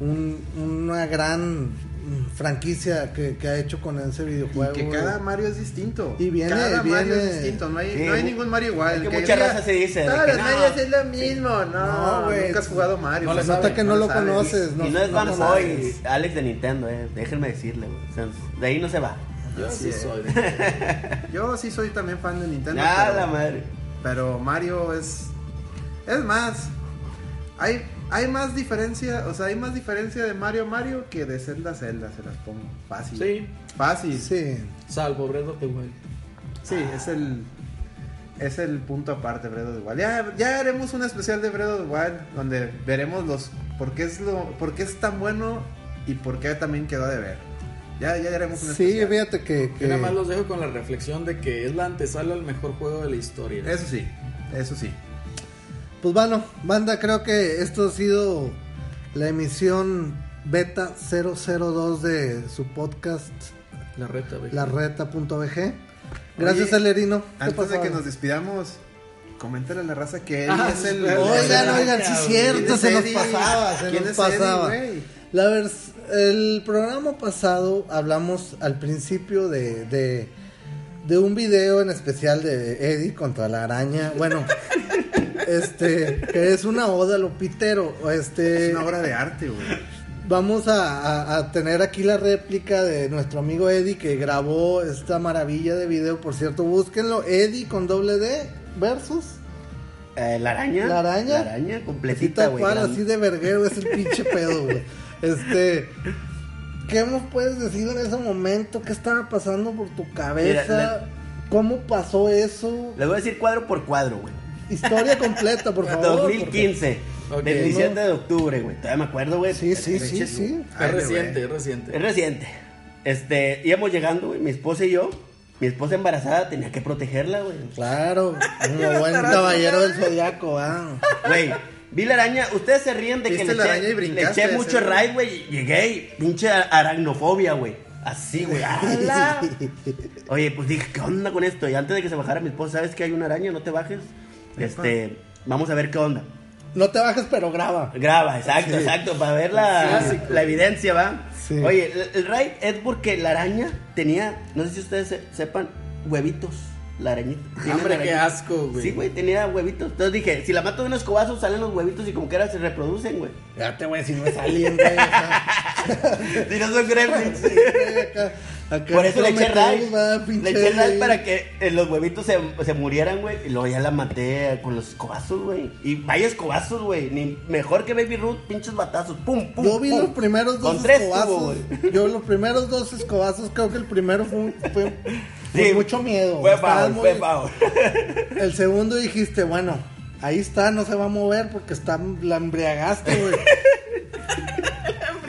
un- una gran mm, franquicia que, que ha hecho con ese videojuego. Y que güey. cada Mario es distinto. Y viene- cada Mario viene- es distinto. No hay, Sí, no hay mu- ningún Mario igual. es que El mucha diga, raza se dice de Todos que los no". Mario es lo mismo. No, No, güey. Nunca has jugado Mario. No pues, le Nota sabe, que no, lo sabes. conoces. y no es no fanboy, Alex de Nintendo, eh. Déjenme decirle, güey. O sea, de ahí no se va. Yo Así sí es. soy. *laughs* de- Yo sí soy también fan de Nintendo. Nada, pero- madre. Pero Mario es. Es más. Hay, hay más diferencia. O sea, hay más diferencia de Mario a Mario que de Zelda a Zelda. Se las pongo. Fácil. Sí. Fácil. Sí. Salvo Breath of the Wild. Sí, es el. Es el punto aparte de Breath of the Wild. Ya, ya haremos un especial de Breath of the Wild donde veremos los por qué es lo por qué es tan bueno y por qué también quedó de ver. Ya ya haremos un Sí, especial. fíjate que. que- Pues Yo nada más los dejo con la reflexión de que es la antesala al mejor juego de la historia. Eso sí. Eso sí. Pues bueno, banda, creo que esto ha sido la emisión beta 002 de su podcast, La reta, güey. larreta.bg. Gracias, Oye, Alerino. ¿Qué Antes de pasó? que nos despidamos, coméntale a la raza que él Ah, es el. espera. Oigan, Larreta, oigan, sí es güey. cierto, ¿Quién se es nos Eddie? pasaba, se ¿Quién nos es Eddie, pasaba. güey? La vers- el programa pasado hablamos al principio de, de, de un video en especial de Eddie contra la araña. *laughs* Bueno, este, que es una oda a lo pitero. Este, Es una obra de arte, güey. Vamos a, a- a tener aquí la réplica de nuestro amigo Eddie que grabó esta maravilla de video. Por cierto, búsquenlo. Eddie con doble D versus. Eh, la araña. La araña. La araña completita, así tal güey. cual, grande. así de verguero es el pinche pedo, güey. Este. ¿Qué nos puedes decir en ese momento? ¿Qué estaba pasando por tu cabeza? Mira, ¿Cómo pasó eso? Les voy a decir cuadro por cuadro, güey. Historia completa, *laughs* por favor. 2015, Ok. del 17 de octubre, güey. Todavía me acuerdo, güey. porque- Sí, sí, sí, Pinches- sí. Es Ay, reciente, eh. es Es reciente. reciente. Este, íbamos llegando, güey, mi esposa y yo. Mi esposa embarazada tenía que protegerla, güey. Claro, como buen caballero del zodiaco, ah. Güey, vi la araña. Ustedes se ríen de que Viste le la eché, araña y le brincaste, eché mucho seguro. raid, güey. Llegué y pinche aracnofobia, güey. *laughs* Así, güey. ¡Hala! Oye, pues dije, ¿qué onda con esto? Y antes de que se bajara mi esposa, ¿sabes que hay una araña? No te bajes. Este, vamos a ver qué onda. No te bajes, pero graba. Graba, exacto, exacto, para ver la, Clásico. la evidencia, ¿va? Sí. Oye, el, el raid es porque la araña tenía, no sé si ustedes se- sepan, huevitos. La arañita. Tiene Hombre, la qué arañita. asco, güey. Sí, güey, tenía huevitos. Entonces dije, si la mato de unos cobazos, salen los huevitos y como quiera se reproducen, *laughs* güey. Ya te voy a decir, no es alien, güey. o *laughs* sea, Si no son gremlins. güey, acá- acá Por eso le eché raid. prometemos, va, Le pinche eché raid Eddie. para que eh, los huevitos se, se murieran, güey. Y luego ya la maté con los cobazos, güey. Y vaya escobazos, güey. Ni mejor que Baby Ruth, pinches batazos. Pum, pum. Yo vi pum. los primeros dos Con tres tuvo, escobazos. güey. Yo los primeros dos escobazos, creo que el primero fue, un- fue, fue Sí. mucho miedo. Fue Estabas foul, muy- fue *laughs* foul. El segundo dijiste, bueno, ahí está, no se va a mover porque está, la embriagaste, *laughs* güey.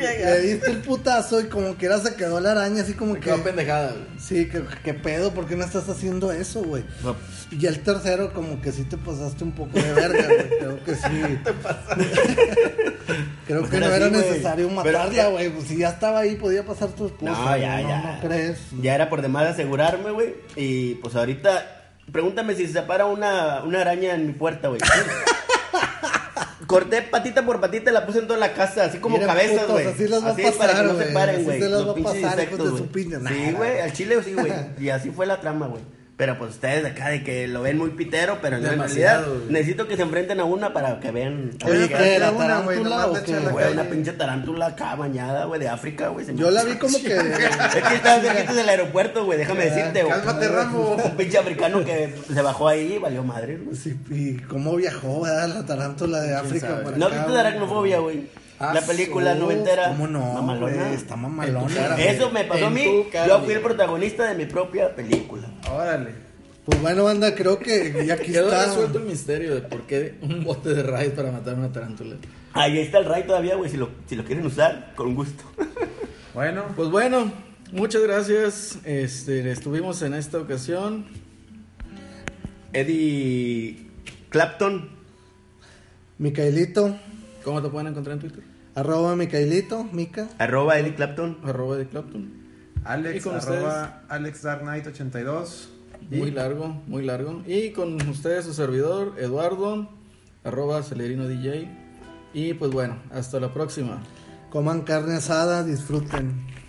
Eh, Le diste el putazo y como quiera se quedó la araña, así como Me quedó que. pendejada, güey. Sí, que, que pedo, ¿por qué no estás haciendo eso, güey? Y el tercero, como que sí te pasaste un poco de verga, *laughs* güey. Creo que sí. Creo que Pero no era sí, güey. necesario Pero- matarla, güey. Pues si ya estaba ahí, podía pasar tu esposa. No, güey, ya, no, ya. ¿No crees? Ya era por demás asegurarme, güey. Y pues ahorita, pregúntame si se para una, una araña en mi *laughs* puerta, güey. Corté patita por patita y la puse en toda la casa, así como Miren, cabezas, putos, güey. así las va a para que pasar, no se güey. paren, Así güey. se las los va a pinches pasar, hijos insectos, de su güey. pinche- Sí, Nah. *laughs* güey, al chile sí, güey. Y así fue la trama, güey. Pero pues ustedes de acá de que lo ven muy pitero, pero en Demasiado, realidad güey. necesito que se enfrenten a una para que vean. Oye, Oye, Oye, ¿qué? ¿La era una, güey, tarántula nomás o la echa qué? en la güey, una calle. pinche tarántula acá bañada, güey, de África, güey. se me- Yo la vi como que. Es que estaba cerquita del aeropuerto, güey, déjame decirte, güey. Cálmate, Rambo. Un pinche africano que se bajó ahí y valió madre, güey. Sí, ¿Y cómo viajó, verdad? La tarántula de África. sabe? para ¿No acá, viste de güey? aracnofobia, güey? Ah, La película Uf, noventera. ¿Cómo no? Mamalona. ¿eh? güey? Está En tu cara, mamalona. güey. Eso me pasó a En mí. tu cara, Yo fui el mira. protagonista de mi propia película. Órale. Pues bueno, banda, creo que ya aquí Quedó está. resuelto el misterio de por qué un bote de rayos para matar a una tarántula. Ahí está el Ray todavía, güey. Si lo, si lo quieren usar, con gusto. *laughs* Bueno, Pues bueno, muchas gracias. Este, estuvimos en esta ocasión. Eddie Clapton. Micaelito, ¿Cómo te pueden encontrar en Twitter? arroba Micaelito, Mica. Arroba Eddie Clapton. Arroba de Clapton. ¿Y Alex, con arroba Alex Dark Knight 82. Y Muy largo, muy largo. Y con ustedes su servidor, Eduardo, arroba Celerino DJ. Y pues bueno, hasta la próxima. Coman carne asada, disfruten.